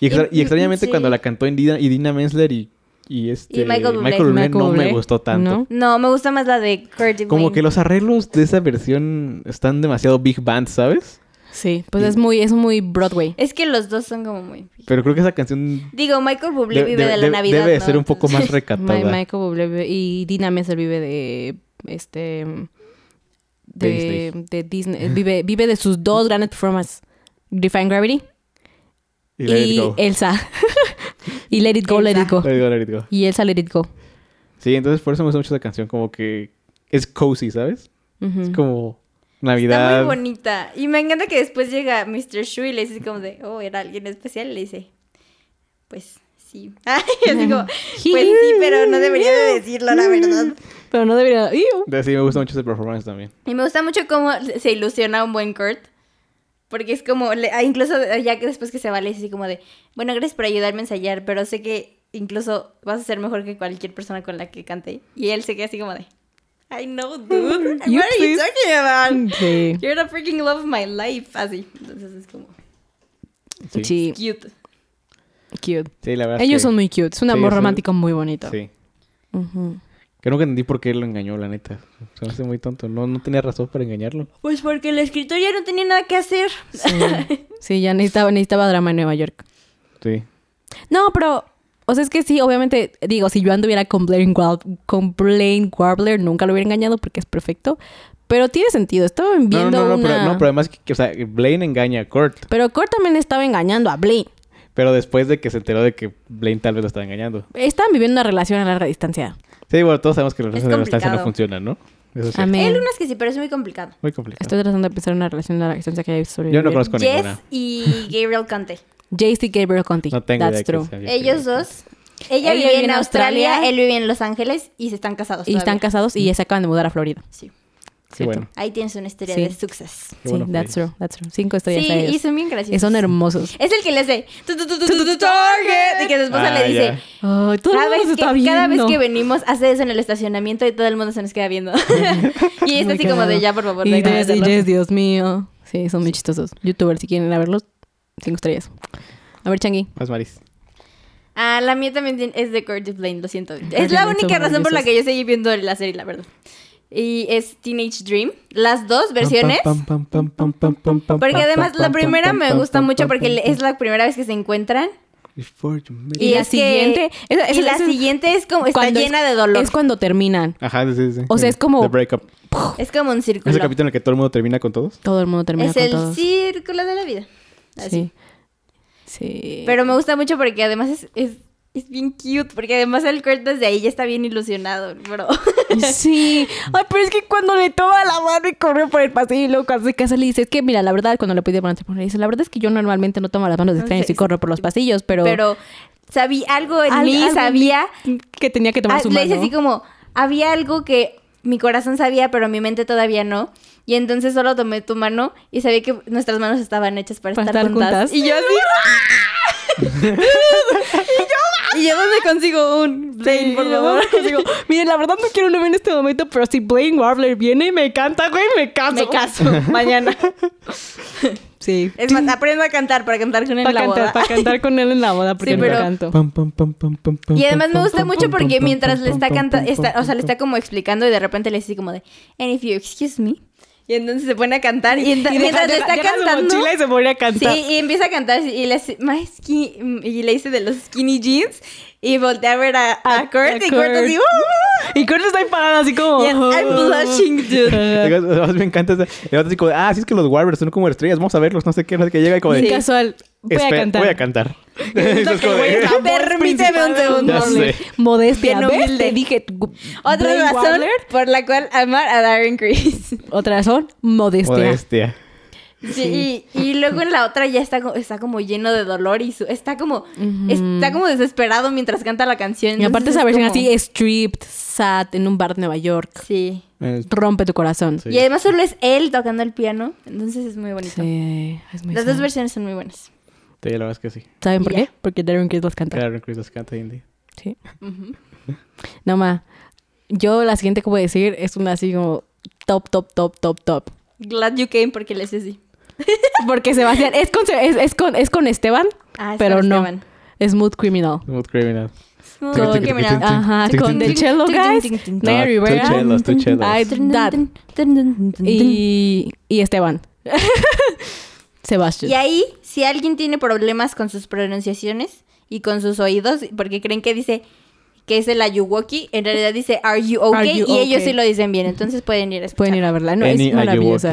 Y, extra- y
Y-
extrañamente
sí.
cuando la cantó Idina, Idina Menzel y, y este
Y Michael Bublé.
Bublé
Michael
no me
Bublé,
gustó tanto.
¿no?
No, me gusta más la de Kurt y
Como
Blaine.
que los arreglos de esa versión están demasiado big band, ¿sabes?
Sí, pues
Y-
es muy es muy Broadway.
Es que los dos son como muy.
Pero creo que esa canción
Digo, Michael Bublé
de-
vive
de-
de la
de-
Navidad.
debe de
¿no?
ser un poco
Entonces-
más recatada.
Ma- Michael Bublé vive- y Dina Menzel vive de este de, de Disney, eh, vive vive de sus dos grandes performances, Define Gravity
Y Let It
y
Go. Pues
Elsa. y Let It Go, Let It Go.
Let It Go, Let It Go.
Y Elsa Let It Go.
Sí, entonces por eso me gusta mucho esa canción, como que es cozy, ¿sabes?
Ujú.
Es como
Está
Navidad.
muy bonita. Y me encanta que después llega Mr. Shu y le dice como de, oh, era alguien especial. Y le dice, pues sí. Y así como, pues sí, pero no debería de decirlo, la verdad.
Mm, Pero no debería. ¡Iu!
De- Sí, me gusta mucho ese performance también.
Y me gusta mucho cómo se ilusiona un buen Kurt. Porque es como, le- ah, incluso ya que después que se va, le dice así como de, bueno, gracias por ayudarme a ensayar, pero sé que incluso vas a ser mejor que cualquier persona con la que cante. Y él se queda así como de, I know, dude. What are you
Yupsies.
talking about?
Sí.
You're the freaking love of my life. Así. Entonces es como.
Sí.
Sí.
Cute.
Cute.
Sí, la verdad. es
Ellos
que-
son muy cute. Es un
Sí,
amor
eso-
romántico muy bonito.
Sí.
Ujú.
Que nunca entendí por qué lo engañó, la neta. Se me hace muy tonto. No, no tenía razón para engañarlo.
Pues porque el escritor ya no tenía nada que hacer.
Sí. Sí, ya necesitaba, necesitaba drama en Nueva York.
Sí.
No, pero. O sea, es que sí, obviamente, digo, si yo anduviera con Blaine, Wal- con Blaine Warbler, nunca lo hubiera engañado porque es perfecto. Pero tiene sentido. Estaba
No,
viendo
no, no,
una...
pero, no, pero además, que, que, o sea, Blaine engaña a Kurt.
Pero Kurt también estaba engañando a Blaine.
Pero después de que se enteró de que Blaine tal vez lo estaba engañando.
Estaban viviendo una relación a larga distancia.
Sí, bueno, todos sabemos que las
Es
relaciones de distancia no
complicado.
funcionan, ¿no? Eso es
Amén.
Hay
Bien.
algunas que sí, pero es muy complicado.
Muy complicado.
Estoy tratando de pensar en una relación a larga distancia que haya sobrevivido.
Yo no conozco
Jess
ninguna.
y Gabriel Conte.
Jayce y Gabriel Conti.
No tengo idea
That's
de quién
true.
sea Jesse
Ellos
Lee.
dos. Ella
Él
vive en Australia, él vive en Los Ángeles y se están casados.
Y están
todavía.
casados y ya se acaban de mudar a Florida.
Sí.
Qué
¿cierto?
bueno.
Ahí tienes una historia
Sí.
de success.
Qué
Sí,
bueno,
that's
feliz.
true, that's true. Cinco estrellas
Sí,
a ellos.
y son bien
Eh,
graciosos.
son hermosos.
Es el que le hace tu, tu, tu, tu, tu, tu, target. Y que su esposa
Ah,
le dice.
ya.
Ay, todo el
Cada
mundo
vez,
se está
que, cada vez
viendo.
que venimos, hace eso en el estacionamiento y todo el mundo se nos queda viendo. y ella está
Muy
así como de
cagado.
ya, por favor,
Y
deja de
Jess, y
hacerlo".
Jess, Dios mío. Sí, son muy chistosos. Youtubers, si quieren ir a verlos, cinco estrellas. A ver, Changi.
Vas, Maris.
Ah, la mía también tiene- es de Curtis Blaine, lo siento. Es
Curtis
la
Blaine
única
son
razón por la
maravillosos.
que yo seguí viendo la serie, la verdad. Y es Teenage Dream. Las dos versiones. Porque
Porque
además la primera me gusta mucho porque le- es la primera vez que se encuentran.
Y
Y
la
es que-
siguiente- esa-
y
esa-
la
esa-
siguiente es como está
Cuando es-
llena de dolor.
Es cuando terminan.
Ajá, sí, sí, sí.
O sea,
El-
es como-
The Breakup.
Es como un círculo.
¿Es el capítulo en el que todo el mundo termina con todos?
Todo el mundo termina
Es
con
el
todos.
círculo de la vida. Así.
Sí. Sí.
Pero me gusta mucho porque además es, es, es bien cute. Porque además el Kurt desde ahí ya está bien ilusionado, bro.
Sí. Ay, pero es que cuando le toma la mano y corre por el pasillo y luego cuando se casa le dice, es que mira, la verdad, cuando le pide por le dice, la verdad es que yo normalmente no tomo las manos de
No
extraños
sé,
y corro por los pasillos, pero...
Pero sabía algo en
Al-
mí,
algo en
sabía.
mí Que tenía que tomar
Ah,
su
le
mano.
dice así como, había algo que mi corazón sabía, pero mi mente todavía no. Y entonces solo tomé tu mano y sabía que nuestras manos estaban hechas para, estar, juntas. Y yo así. y yo, "¡Ah!". y yo dónde consigo un Blaine, por favor.
Digo, miren, la verdad no quiero un novio en este momento, pero si Blaine Warbler viene y me canta, güey, me caso.
Me caso mañana.
Sí.
Es más, aprendo a cantar para cantar con él en
Para
la
cantar,
boda.
para cantar con él en la boda, porque
Sí,
no
pero-
canto.
Y
Y
además me gusta mucho porque mientras le está cantando, o sea, le está como explicando y de repente le dice así como de, and if you excuse me. Y entonces se pone a cantar y, enta-
Y deja-
mientras le
deja-
está
deja su
cantando.
mochila y se pone a cantar.
Sí, y empieza a cantar así, y le hace, "My skin-" y le dice de los skinny jeans y voltea a ver a, a Kurt
a
y Kurt así,
Kurt.
"Uh".
Y Kurt está ahí parada así como... "Oh".
Y el, I'm blushing, dude.
Eh.
Además me encanta esa- el vato así como, ah, sí es que los Warblers son como estrellas, vamos a verlos, no sé qué, no sé qué, llega y como de,
Bien casual. Voy a
"Espe-
cantar.
voy a cantar.
Siento
Entonces,
que
como
el güey
de- "Eh".
es la voz
Permíteme un
principal de los
segundo.
Warblers.
Ya sé.
Modestia.
Bien
¿ves?
humilde.
Te dije...
Otra
Blaine
razón
Warbler.
oh", por la cual amar a Darren Criss.
Otra razón. Modestia.
Modestia.
Sí, y, y luego en la otra ya está, co- está como lleno de dolor y su- está como está como desesperado mientras canta la canción.
Y aparte
entonces
esa
es
versión
como-
así, stripped, sad, en un bar de Nueva York.
Sí.
Eh,
Rompe tu corazón.
Sí.
Y además solo es él tocando el piano, entonces es muy bonito.
Sí, es muy
Las dos
sad.
versiones son muy buenas.
Sí, la verdad es que sí.
¿Saben por
Ya.
qué? Porque Darren Criss las canta.
Claro, Chris las canta hoy en día.
Sí. No más. Yo la siguiente que voy a decir es una así como top, top, top, top, top.
Glad you came porque le hace así.
Porque Sebastián es con, es, es con, es con Esteban,
Ah, es
pero
con
no.
Esteban.
Smooth Criminal.
Smooth Criminal.
Smooth
Oh,
Tic, tic, tic,
criminal.
tic, tic.
Ajá,
Ting,
con
ting,
The
ting.
Cello
Ting,
Guys,
ting, ting, ting.
Naya
No, two
Rivera.
cellos, two cellos.
Ay, that.
Y...
Y, y Esteban. Sebastián.
y ahí, si alguien tiene problemas con sus pronunciaciones y con sus oídos, porque creen que dice que es el Ayuwoki, en realidad dice Are you okay?
Are you
y ellos
okay?
sí lo dicen bien, entonces pueden ir a escuchar.
Pueden ir a verla, ¿no?
Any
es maravillosa.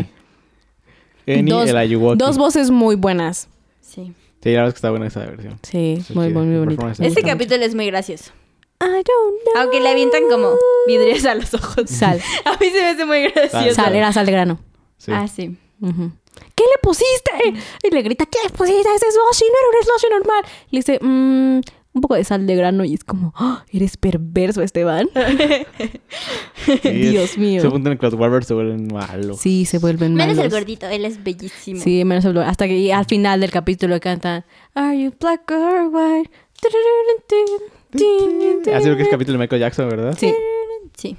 Ayuwoki. Any
dos,
el Ayuwoki.
dos voces muy buenas.
Sí.
Sí, la verdad es que está buena esa versión.
Sí,
Está
muy,
chida.
muy, muy
La
bonita.
performance Me
Este
gusta
capítulo es muy gracioso.
I don't know.
Aunque le avientan como vidrios a los ojos.
Sal. Ah,
A mí se me hace muy gracioso.
Sal, era sal de grano.
Sí.
Ah, sí.
Ujú. ¿Qué le pusiste? Y le grita, ¿qué le pusiste? Ese slushy no era un slushy normal. Le dice, "Mm, un poco de sal de grano y es como, "Ah, eres perverso, Esteban.
Sí, es-
Dios mío.
Se juntan con los Warblers, se vuelven malos.
Sí, se vuelven
Menos el
malos.
gordito, él es bellísimo.
Sí, menos el gordito. Hasta que y al final del capítulo cantan, Are you black or white?
Así creo que es capítulo de Michael Jackson, ¿verdad?
Sí.
Sí.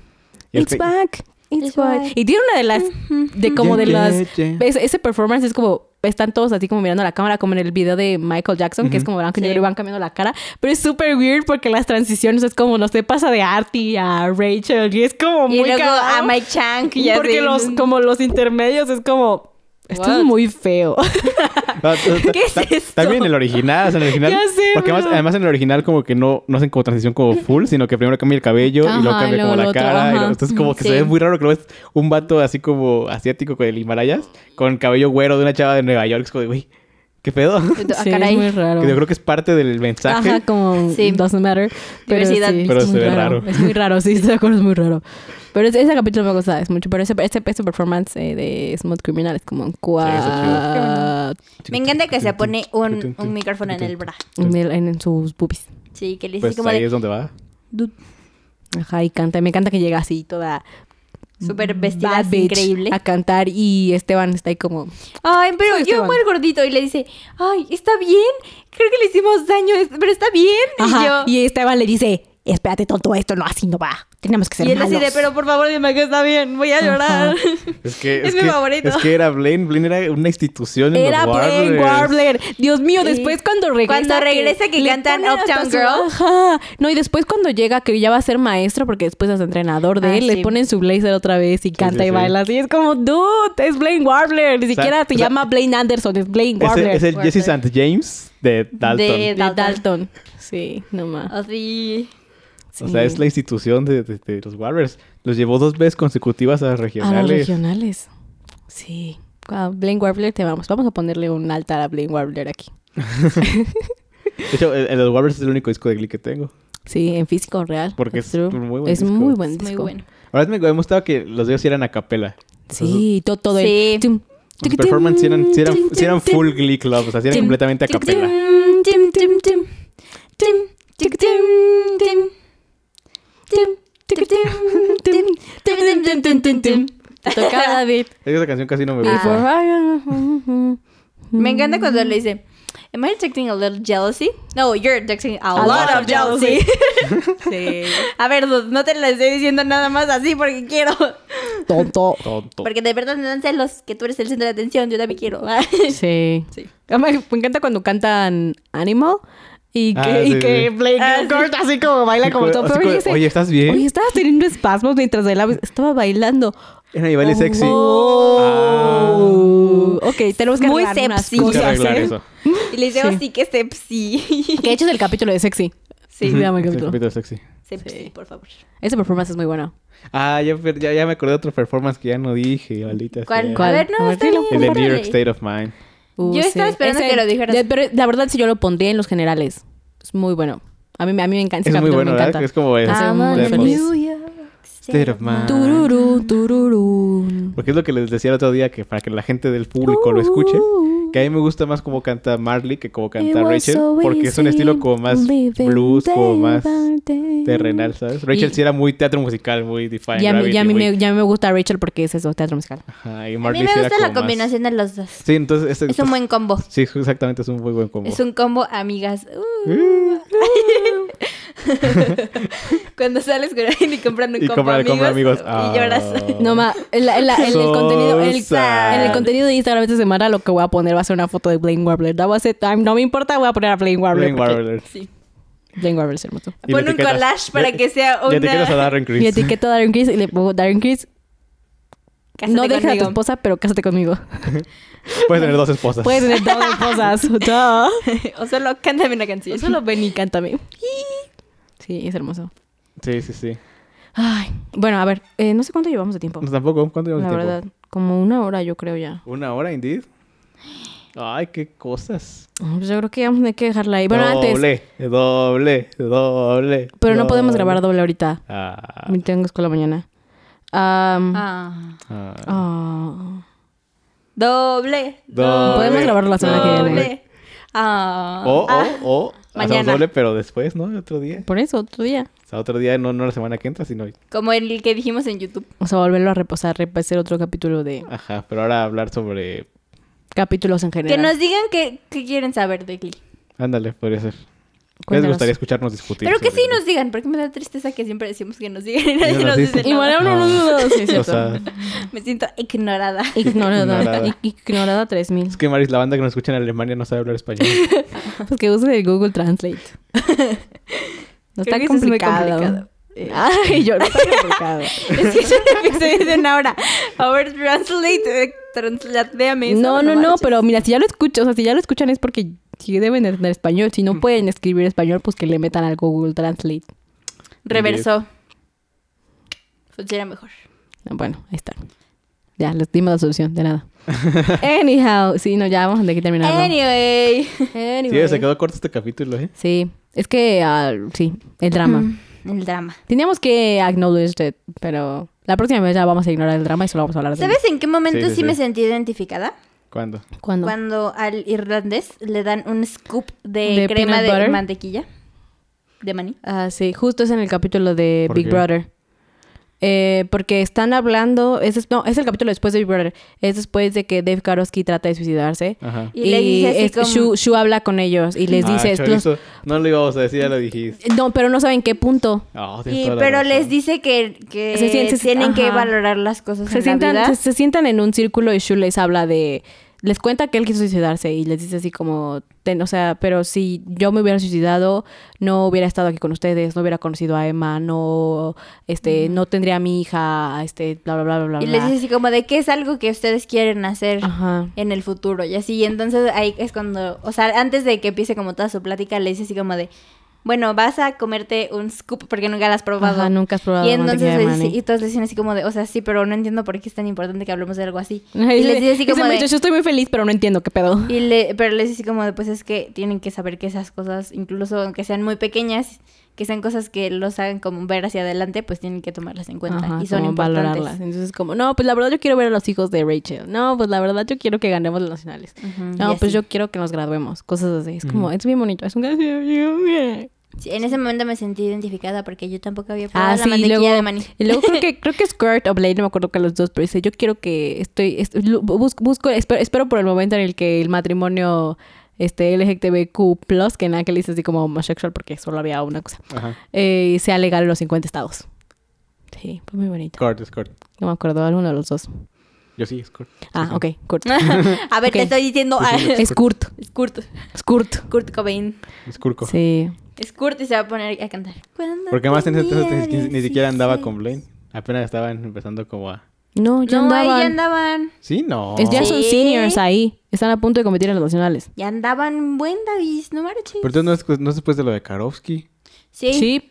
Y el
It's
pe-
back. It's
It's Mm-hmm.
white.
white.
Y tiene una de las, de como de
Yeah,
las,
yeah, yeah.
ese, ese performance es como están todos así como mirando a la cámara, como en el video de Michael Jackson, que es como blanco y
Sí.
negro y van cambiando la cara. Pero es súper weird porque las transiciones es como, no sé, pasa de Artie a Rachel y es como
Y
muy
luego a
cagado.
Mike Chang. y
Porque
así.
los, como los intermedios es como, esto
What?
es muy feo.
¿Qué
es esto?
También el original, o sea, en el original.
Ya sé,
porque además,
pero-
además en el original como que no, no hacen como transición como full, sino que primero cambia el cabello y luego
Ajá,
cambia
y
como
luego
la
lo otro,
cara. y luego-
ajá.
entonces como que se
Sí.
ve muy raro que lo ves un vato así como asiático con el Himalayas, con cabello güero de una chava de Nueva York. Es como de, güey, ¿qué pedo?
Ah,
Sí,
caray.
es muy raro.
Que yo creo que es parte del mensaje.
Ajá, como
Sí.
doesn't matter. Pero
Diversidad.
sí,
Pero
es
se
muy
ve
raro.
raro.
Es muy raro, sí, estoy de acuerdo, es muy raro. Pero ese, ese capítulo me gusta, es mucho. Pero ese, ese, ese performance eh, de Smooth Criminal es como
está
cua...
Me encanta que se pone un, un micrófono en el bra.
en, el- en- en sus boobies.
Sí, que le dice
Pues
como
ahí
de
es donde va.
Ajá, y canta. Me encanta que llega así toda
súper vestida,
bad
así,
bitch
increíble.
a cantar. Y Esteban está ahí como...
Ay, pero
Soy
yo
Esteban.
amo el gordito y le dice, ay, está bien, creo que le hicimos daño, es- pero está bien.
Ajá,
y yo,
y Esteban le dice, espérate tonto, esto no así no va. Tenemos que ser
y él así de,
malos".
pero por favor dime que está bien, voy a
Ajá.
llorar.
Es que,
Es
es,
mi
que,
favorito.
es que era Blaine. Blaine era una institución en
Era
los
Blaine
Warblers.
Warbler. Dios mío,
Sí.
después cuando regresa.
Cuando regresa que
le
cantan
ponen hasta
Uptown
su-
Girl.
Ajá. No, y después cuando llega, que ya va a ser maestro, porque después es entrenador de
Ah,
él,
sí.
le ponen su blazer otra vez y canta
sí,
y
sí.
baila así. Es como, dude, es Blaine Warbler. Ni siquiera te
o sea,
llama Blaine Anderson, es Blaine
Es el,
Warbler.
es el Jesse St. James de Dalton.
de
Dalton. Oh,
Dalton. Sí, nomás.
Así.
O sea, es la institución de, de- de los Warblers. Los llevó dos veces consecutivas a las
A
regionales.
los regionales. Sí. Wow, Blaine Warbler, te vamos. Vamos a ponerle un altar a Blaine Warbler aquí.
De hecho, el, el de los Warblers es el único disco de Glee que tengo.
Sí, en físico real.
Porque
That's
es
true.
un muy buen
Es
disco.
muy buen
Es muy
disco.
bueno.
Ahora me, me gustaba que los de ellos sí eran a capela.
Sí, todo, todo
Sí.
el... tum,
Los
tiqui,
performances sí
tum,
eran, sí eran,
tum,
sí eran
tum,
full Glee Club. O sea, sí eran
Tim,
completamente a capela.
Tim, tim, tim, tim, tim, tic, tim, tim, tim, tic, tim, tim, tim, tim, tim, tim, tim, tim.
Te toca David. Ah.
Es que esa canción casi no me
Y por-
gusta.
ah".
Me encanta cuando
Mm.
le dice, am I detecting a little jealousy? No, you're detecting a, lot, of jealousy.
Sí.
a ver, dude, no te la estoy diciendo nada más así porque quiero.
Oh.
Tonto.
Tonto.
Porque de verdad me dan celos que tú eres el centro de atención, yo también quiero.
Sí.
Sí.
Ah, Me me encanta cuando cantan Animal y que,
Ah,
y
sí,
que
sí.
Eh, Blake
Ah, sí.
Gilbert así como baila como
Así
todo.
como-
Pero
así como,
dice,
Oye, ¿estás bien?
Oye, estabas teniendo espasmos mientras bailaba. Estaba bailando.
Era mi baile sexy.
Oh. Ok, tenemos que
Muy
arreglar unas
sepsi.
Tengo que
cosas,
arreglar
¿eh?
eso.
Y le dice,
Sí.
oh, sí que sepsi.
Que de hecho es el capítulo de Sexy.
Sí.
Se llama el
Ese
capítulo.
capítulo sexy.
sepsi, por favor.
Este,
Ese performance es muy bueno.
Ah, ya, per- ya, ya me acordé de otro performance que ya no dije, maldita
¿Cuál?
sea.
¿Cuál?
A ver,
A
no,
ver,
está
dilo.
bien.
El de New York
compártale.
State of Mind.
Yo estaba esperando que lo dijeras.
de- pero la verdad, si yo lo pondría en los generales, es muy bueno. A mí, a mí me encanta.
Es
ese
muy
capítulo,
bueno,
me
¿verdad?
encanta.
Es como el-
Me hace
I'm
muy
on
feliz.
New State of Mind. Ah.
Tururú, tururú.
Porque es lo que les decía el otro día, que para que la gente del público lo escuche, que a mí me gusta más cómo canta Marley que cómo canta
It was
Rachel,
so
porque es un estilo como más
easy
blues, como
living
más
day by day.
terrenal, ¿sabes? Rachel
Y-
sí era muy teatro musical, muy Define
Y a mí,
Pues, Gravity,
y a mí
muy-
me, ya me gusta Rachel porque es eso, teatro musical.
Ajá, y
A
Marley
mí me
sí era
gusta la
como más-
combinación de los dos.
Sí, entonces... este-
Es un buen combo.
Sí, exactamente, es un muy buen combo.
Es un combo, amigas. Uh.
¿Eh?
Cuando sales con alguien y compran un
Y
combo,
compran el
amigos,
combo, amigos. Ah.
y lloras.
No, ma, en, la- en la- en el
So
contenido, en el-
sad.
en el contenido de Instagram esta semana lo que voy a poner va a ser una foto de Blaine Warbler. That was it. I'm- no me importa, voy a poner a Blaine Warbler.
Blaine
porque-
Warbler.
Sí.
Blaine Warbler es hermoso.
Y
Pon un
le etiquetas-
collage para
le-
que sea
Le
una-
etiquetas a Darren
Mi
Criss.
etiqueta a Darren Criss y le pongo Darren Criss.
Cásate
no dejes a
conmigo.
tu esposa, pero cásate conmigo.
Puedes tener dos esposas.
Puedes tener dos esposas. Duh.
o solo cántame una canción.
Yo solo ven y cántame. Sí, es hermoso.
Sí, sí, sí.
Ay, bueno, a ver, eh, no sé cuánto llevamos de tiempo.
No, tampoco. ¿Cuánto llevamos de
La
tiempo?
verdad, como una hora yo creo ya.
Una hora, indeed. Ay, qué cosas.
Pues yo creo que vamos a tener que dejarla ahí. Bueno, antes.
doble, doble, doble.
Pero no podemos grabar doble ahorita.
Ah,
Me Tengo escuela mañana. Am,
Ah.
ah.
ah.
Doble.
Doble, Oh.
Podemos grabarlo la semana que viene.
Doble. Ah.
O,
Ah.
o, o. Hacemos
mañana.
doble, pero después, ¿no? Otro día.
Por eso, otro día.
O sea, otro día, no, no la semana que entra, sino.
Como el que dijimos en YouTube.
O sea, volverlo a repasar, repasar otro capítulo de
Ajá, pero ahora hablar sobre.
capítulos en
Que
general.
nos digan qué, qué quieren saber de Glee.
Ándale, podría ser. ¿Qué les
Cuéntanos.
gustaría escucharnos discutir?
Pero que
sobre
sí
eso?
nos digan, porque me da tristeza que siempre decimos que nos digan y
nos
nadie nos dice
dicen.
nada.
Igual
No.
no, no, no, sí, es
O
cierto.
sea,
Me siento ignorada.
Ignorada.
Ignorada.
i- Ignorada 3000.
es que Maris, la banda que nos escucha en Alemania no sabe hablar español.
Pues que use el Google Translate. No
Creo
está
que eso es muy complicado.
complicado. Eh, Ay, yo no está complicado.
Es que es un episodio de una hora. A ver, translate, eh, translateame eso,
No, no, no,
manches.
pero mira, si ya lo escuchan, o sea, si ya lo escuchan es porque sí deben entender español. Si
Mm.
no pueden escribir español, pues que le metan al Google Translate.
Reversó. Funciona mejor.
Ah, Bueno, ahí está. Ya, les dimos la solución, de nada. Anyhow, sí, no, ya vamos a tener que terminar. ¿no?
Anyway.
Anyway.
Sí, se quedó corto este capítulo, ¿eh?
Sí, es que, ah, sí, el drama.
Mm, El drama.
Teníamos que acknowledge it, pero la próxima vez ya vamos a ignorar el drama y solo vamos a hablar de
¿Sabes en qué momento
Sí,
sí,
sí,
me
sí.
sentí identificada?
¿Cuándo?
¿Cuándo?
Cuando al irlandés le dan un scoop de,
De
crema
peanut
de
butter.
mantequilla. De maní.
Ah, sí, justo es en el capítulo de
¿Por
Big
qué?
Brother. Eh, porque están hablando, es, es- no, es el capítulo después de Big Brother, es después de que Dave Karofsky trata de suicidarse.
Ajá.
Y le dice así
es-
como-
Shu, Shu habla con ellos y les
Ah,
dice,
chorizo. No lo íbamos a decir, ya lo dijiste.
"Los- no, pero no saben qué punto.
Ah, tienes
Y,
toda la
pero
razón.
les dice que, que
Se sienten- se-
tienen que
ajá.
valorar las cosas
Se
en
sientan,
la
se,
vida.
se sientan en un círculo y Shu les habla de... Les cuenta que él quiso suicidarse y les dice así como, "Ten- o sea, pero si yo me hubiera suicidado, no hubiera estado aquí con ustedes, no hubiera conocido a Emma, no, este, no tendría a mi hija, este, bla, bla, bla, bla, bla.
Mm. Y les
bla".
dice así como de qué es algo que ustedes quieren hacer
Ajá.
en el futuro y así. Y entonces ahí es cuando, o sea, antes de que empiece como toda su plática, le dice así como de, bueno, vas a comerte un scoop porque nunca la has probado.
Ajá, nunca has probado
Y entonces
mantequilla de
le dice-
maní.
y todos le dicen así como de, o sea, sí, pero no entiendo por qué es tan importante que hablemos de algo así. Y
Ay,
les dice así
ese
como de,
muchacho, yo estoy muy feliz, pero no entiendo qué pedo.
y le, pero les dice como de, pues es que tienen que saber que esas cosas, incluso aunque sean muy pequeñas, que sean cosas que los hagan como ver hacia adelante, pues tienen que tomarlas en cuenta
Ajá,
y son
como
importantes.
valorarlas. Entonces, como, no, pues la verdad yo quiero ver a los hijos de Rachel. No, pues la verdad yo quiero que ganemos los nacionales.
Ujú,
No,
y
pues
así.
yo quiero que nos graduemos. Cosas así. Es como,
Ujú.
es bien bonito. Es un
Sí, en ese momento me sentí identificada porque yo tampoco había probado
Ah,
la
sí,
mantequilla
luego-
de maní.
Y luego creo que, creo que es Kurt o Blade, no me acuerdo que los dos, pero dice, yo quiero que estoy, est- lu- bus- busco, espero, espero por el momento en el que el matrimonio este LGTBQ+, que nada que le dice así como homosexual porque solo había una cosa,
Ajá.
eh, sea legal en los 50 estados. Sí, fue muy bonito.
Kurt, es Kurt.
No me acuerdo, alguno de los dos.
Yo sí, es Kurt.
Ah, ok, Kurt.
a ver,
Ok.
te estoy diciendo. ah,
Es Kurt.
es Kurt.
Es Kurt.
Kurt Cobain.
Es Curco.
Sí.
Es Kurt y se va a poner a cantar. Cuando
Porque además en ese
tenía
entonces ni, ni siquiera andaba
16.
con Blaine. Apenas estaban empezando como a...
No, ya
No, ahí
andaban.
ya andaban.
Sí, no.
Es- ya son
Sí.
seniors ahí. Están a punto de competir en los nacionales.
Ya andaban buen Davis, no marches.
Pero entonces no es, no es después de lo de Karofsky.
Sí.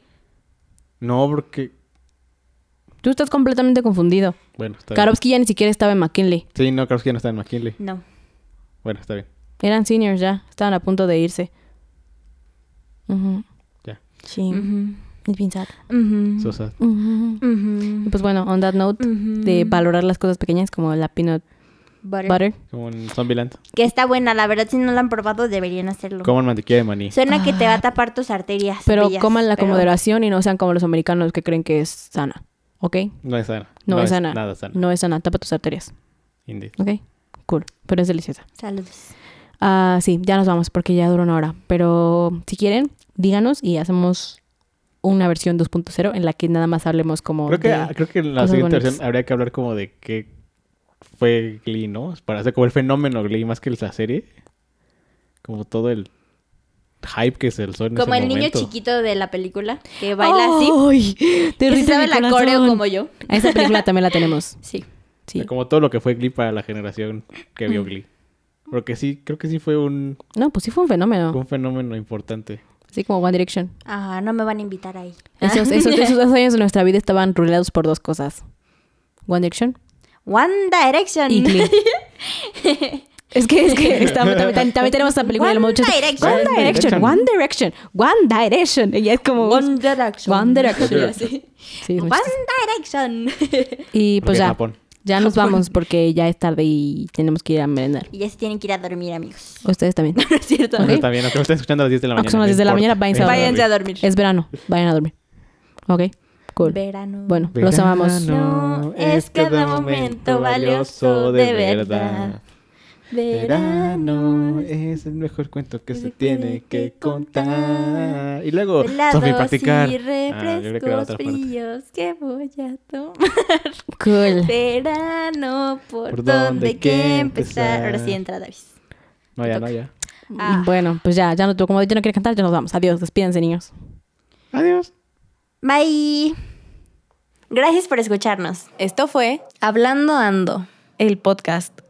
No, porque...
Tú estás completamente confundido.
Bueno, está bien.
Karofsky ya ni siquiera estaba en McKinley.
Sí, no, Karofsky ya no está en McKinley.
No.
Bueno, está bien.
Eran seniors ya. Estaban a punto de irse. Ujú.
Ya.
Sí.
Ujú.
Es bien sad.
Ujú.
So sad.
Ujú. Y
Ujú.
Pues bueno, on that note,
Ujú.
de valorar las cosas pequeñas como la peanut
Butter.
butter.
Como en Zombieland.
Que está buena, la verdad, si no la han probado, deberían hacerlo.
Como en mantequilla de maní.
Suena que te va a tapar tus arterias.
Ah. Pero
bellas,
cómanla con
pero-
moderación y no sean como los americanos que creen que es sana. ¿Ok?
No es sana.
No, Mm. es sana.
Nada sana.
No es sana. Tapa tus arterias.
Indeed.
Ok. Cool. Pero es deliciosa.
Saludos.
Ah, sí, ya nos vamos porque ya duró una hora. Pero si quieren, díganos y hacemos una versión 2.0 en la que nada más hablemos como.
Creo
de-
que, creo que en la
cosas
siguiente
bonitas.
versión habría que hablar como de qué fue Glee, ¿no? Para hacer como el fenómeno Glee más que la serie. Como todo el hype que se alzó en
Como
ese
el niño
momento.
chiquito de la película que baila así.
¡Ay! Te
Que se
risa
sabe
mi
la
corazón.
coreo como yo.
A Esa película también la tenemos.
Sí.
Sí. Mm.
Como todo lo que fue Glee para la generación que vio Glee. Porque sí, creo que sí fue un,
No, pues sí fue un fenómeno.
un fenómeno importante.
Así como One Direction.
Ah, no me van a invitar ahí.
Esos, esos, esos dos años de nuestra vida estaban rulados por dos cosas: One Direction
One Direction.
y Glee. Es que, es que está- también, también- también tenemos esta película de los
One
muchachos.
Direction.
One Direction, One Direction, One Direction. Y es como.
One Direction.
One Direction.
Sí.
Sí, es muy
One
chistoso.
Direction.
Y
Porque
pues
es
ya,
Japón.
ya nos vamos porque ya es tarde y tenemos que ir a merendar.
y ya se tienen que ir a dormir, amigos.
Ustedes también.
No es cierto.
Bueno, está bien, aunque me estén escuchando a las 10 de la mañana.
Aunque son las
no
10 de la
importa.
mañana, váyanse Ah,
Váyanse a
a dormir.
dormir.
Es verano, vayan a dormir. Ok, cool.
Verano.
Bueno, los amamos.
No, es cada momento valioso de verdad.
Verano
Verano
es el mejor cuento que
que
se
se
tiene
tiene
que
que
contar.
contar.
Y luego,
Helados
Sofi, practicar.
y
Ah, yo creo que era
refrescos
otra parte.
fríos que voy a tomar.
Cool.
Verano, por,
¿Por dónde
donde
que
que empezar. Ahora sí
empezar?
entra Davis.
No, ya, no, ya.
Ah.
Bueno, pues ya, ya no tuvo como yo no quiero cantar, ya nos vamos. Adiós, despídense, niños.
Adiós.
Bye. Gracias por escucharnos.
Esto fue Hablando Ando, el podcast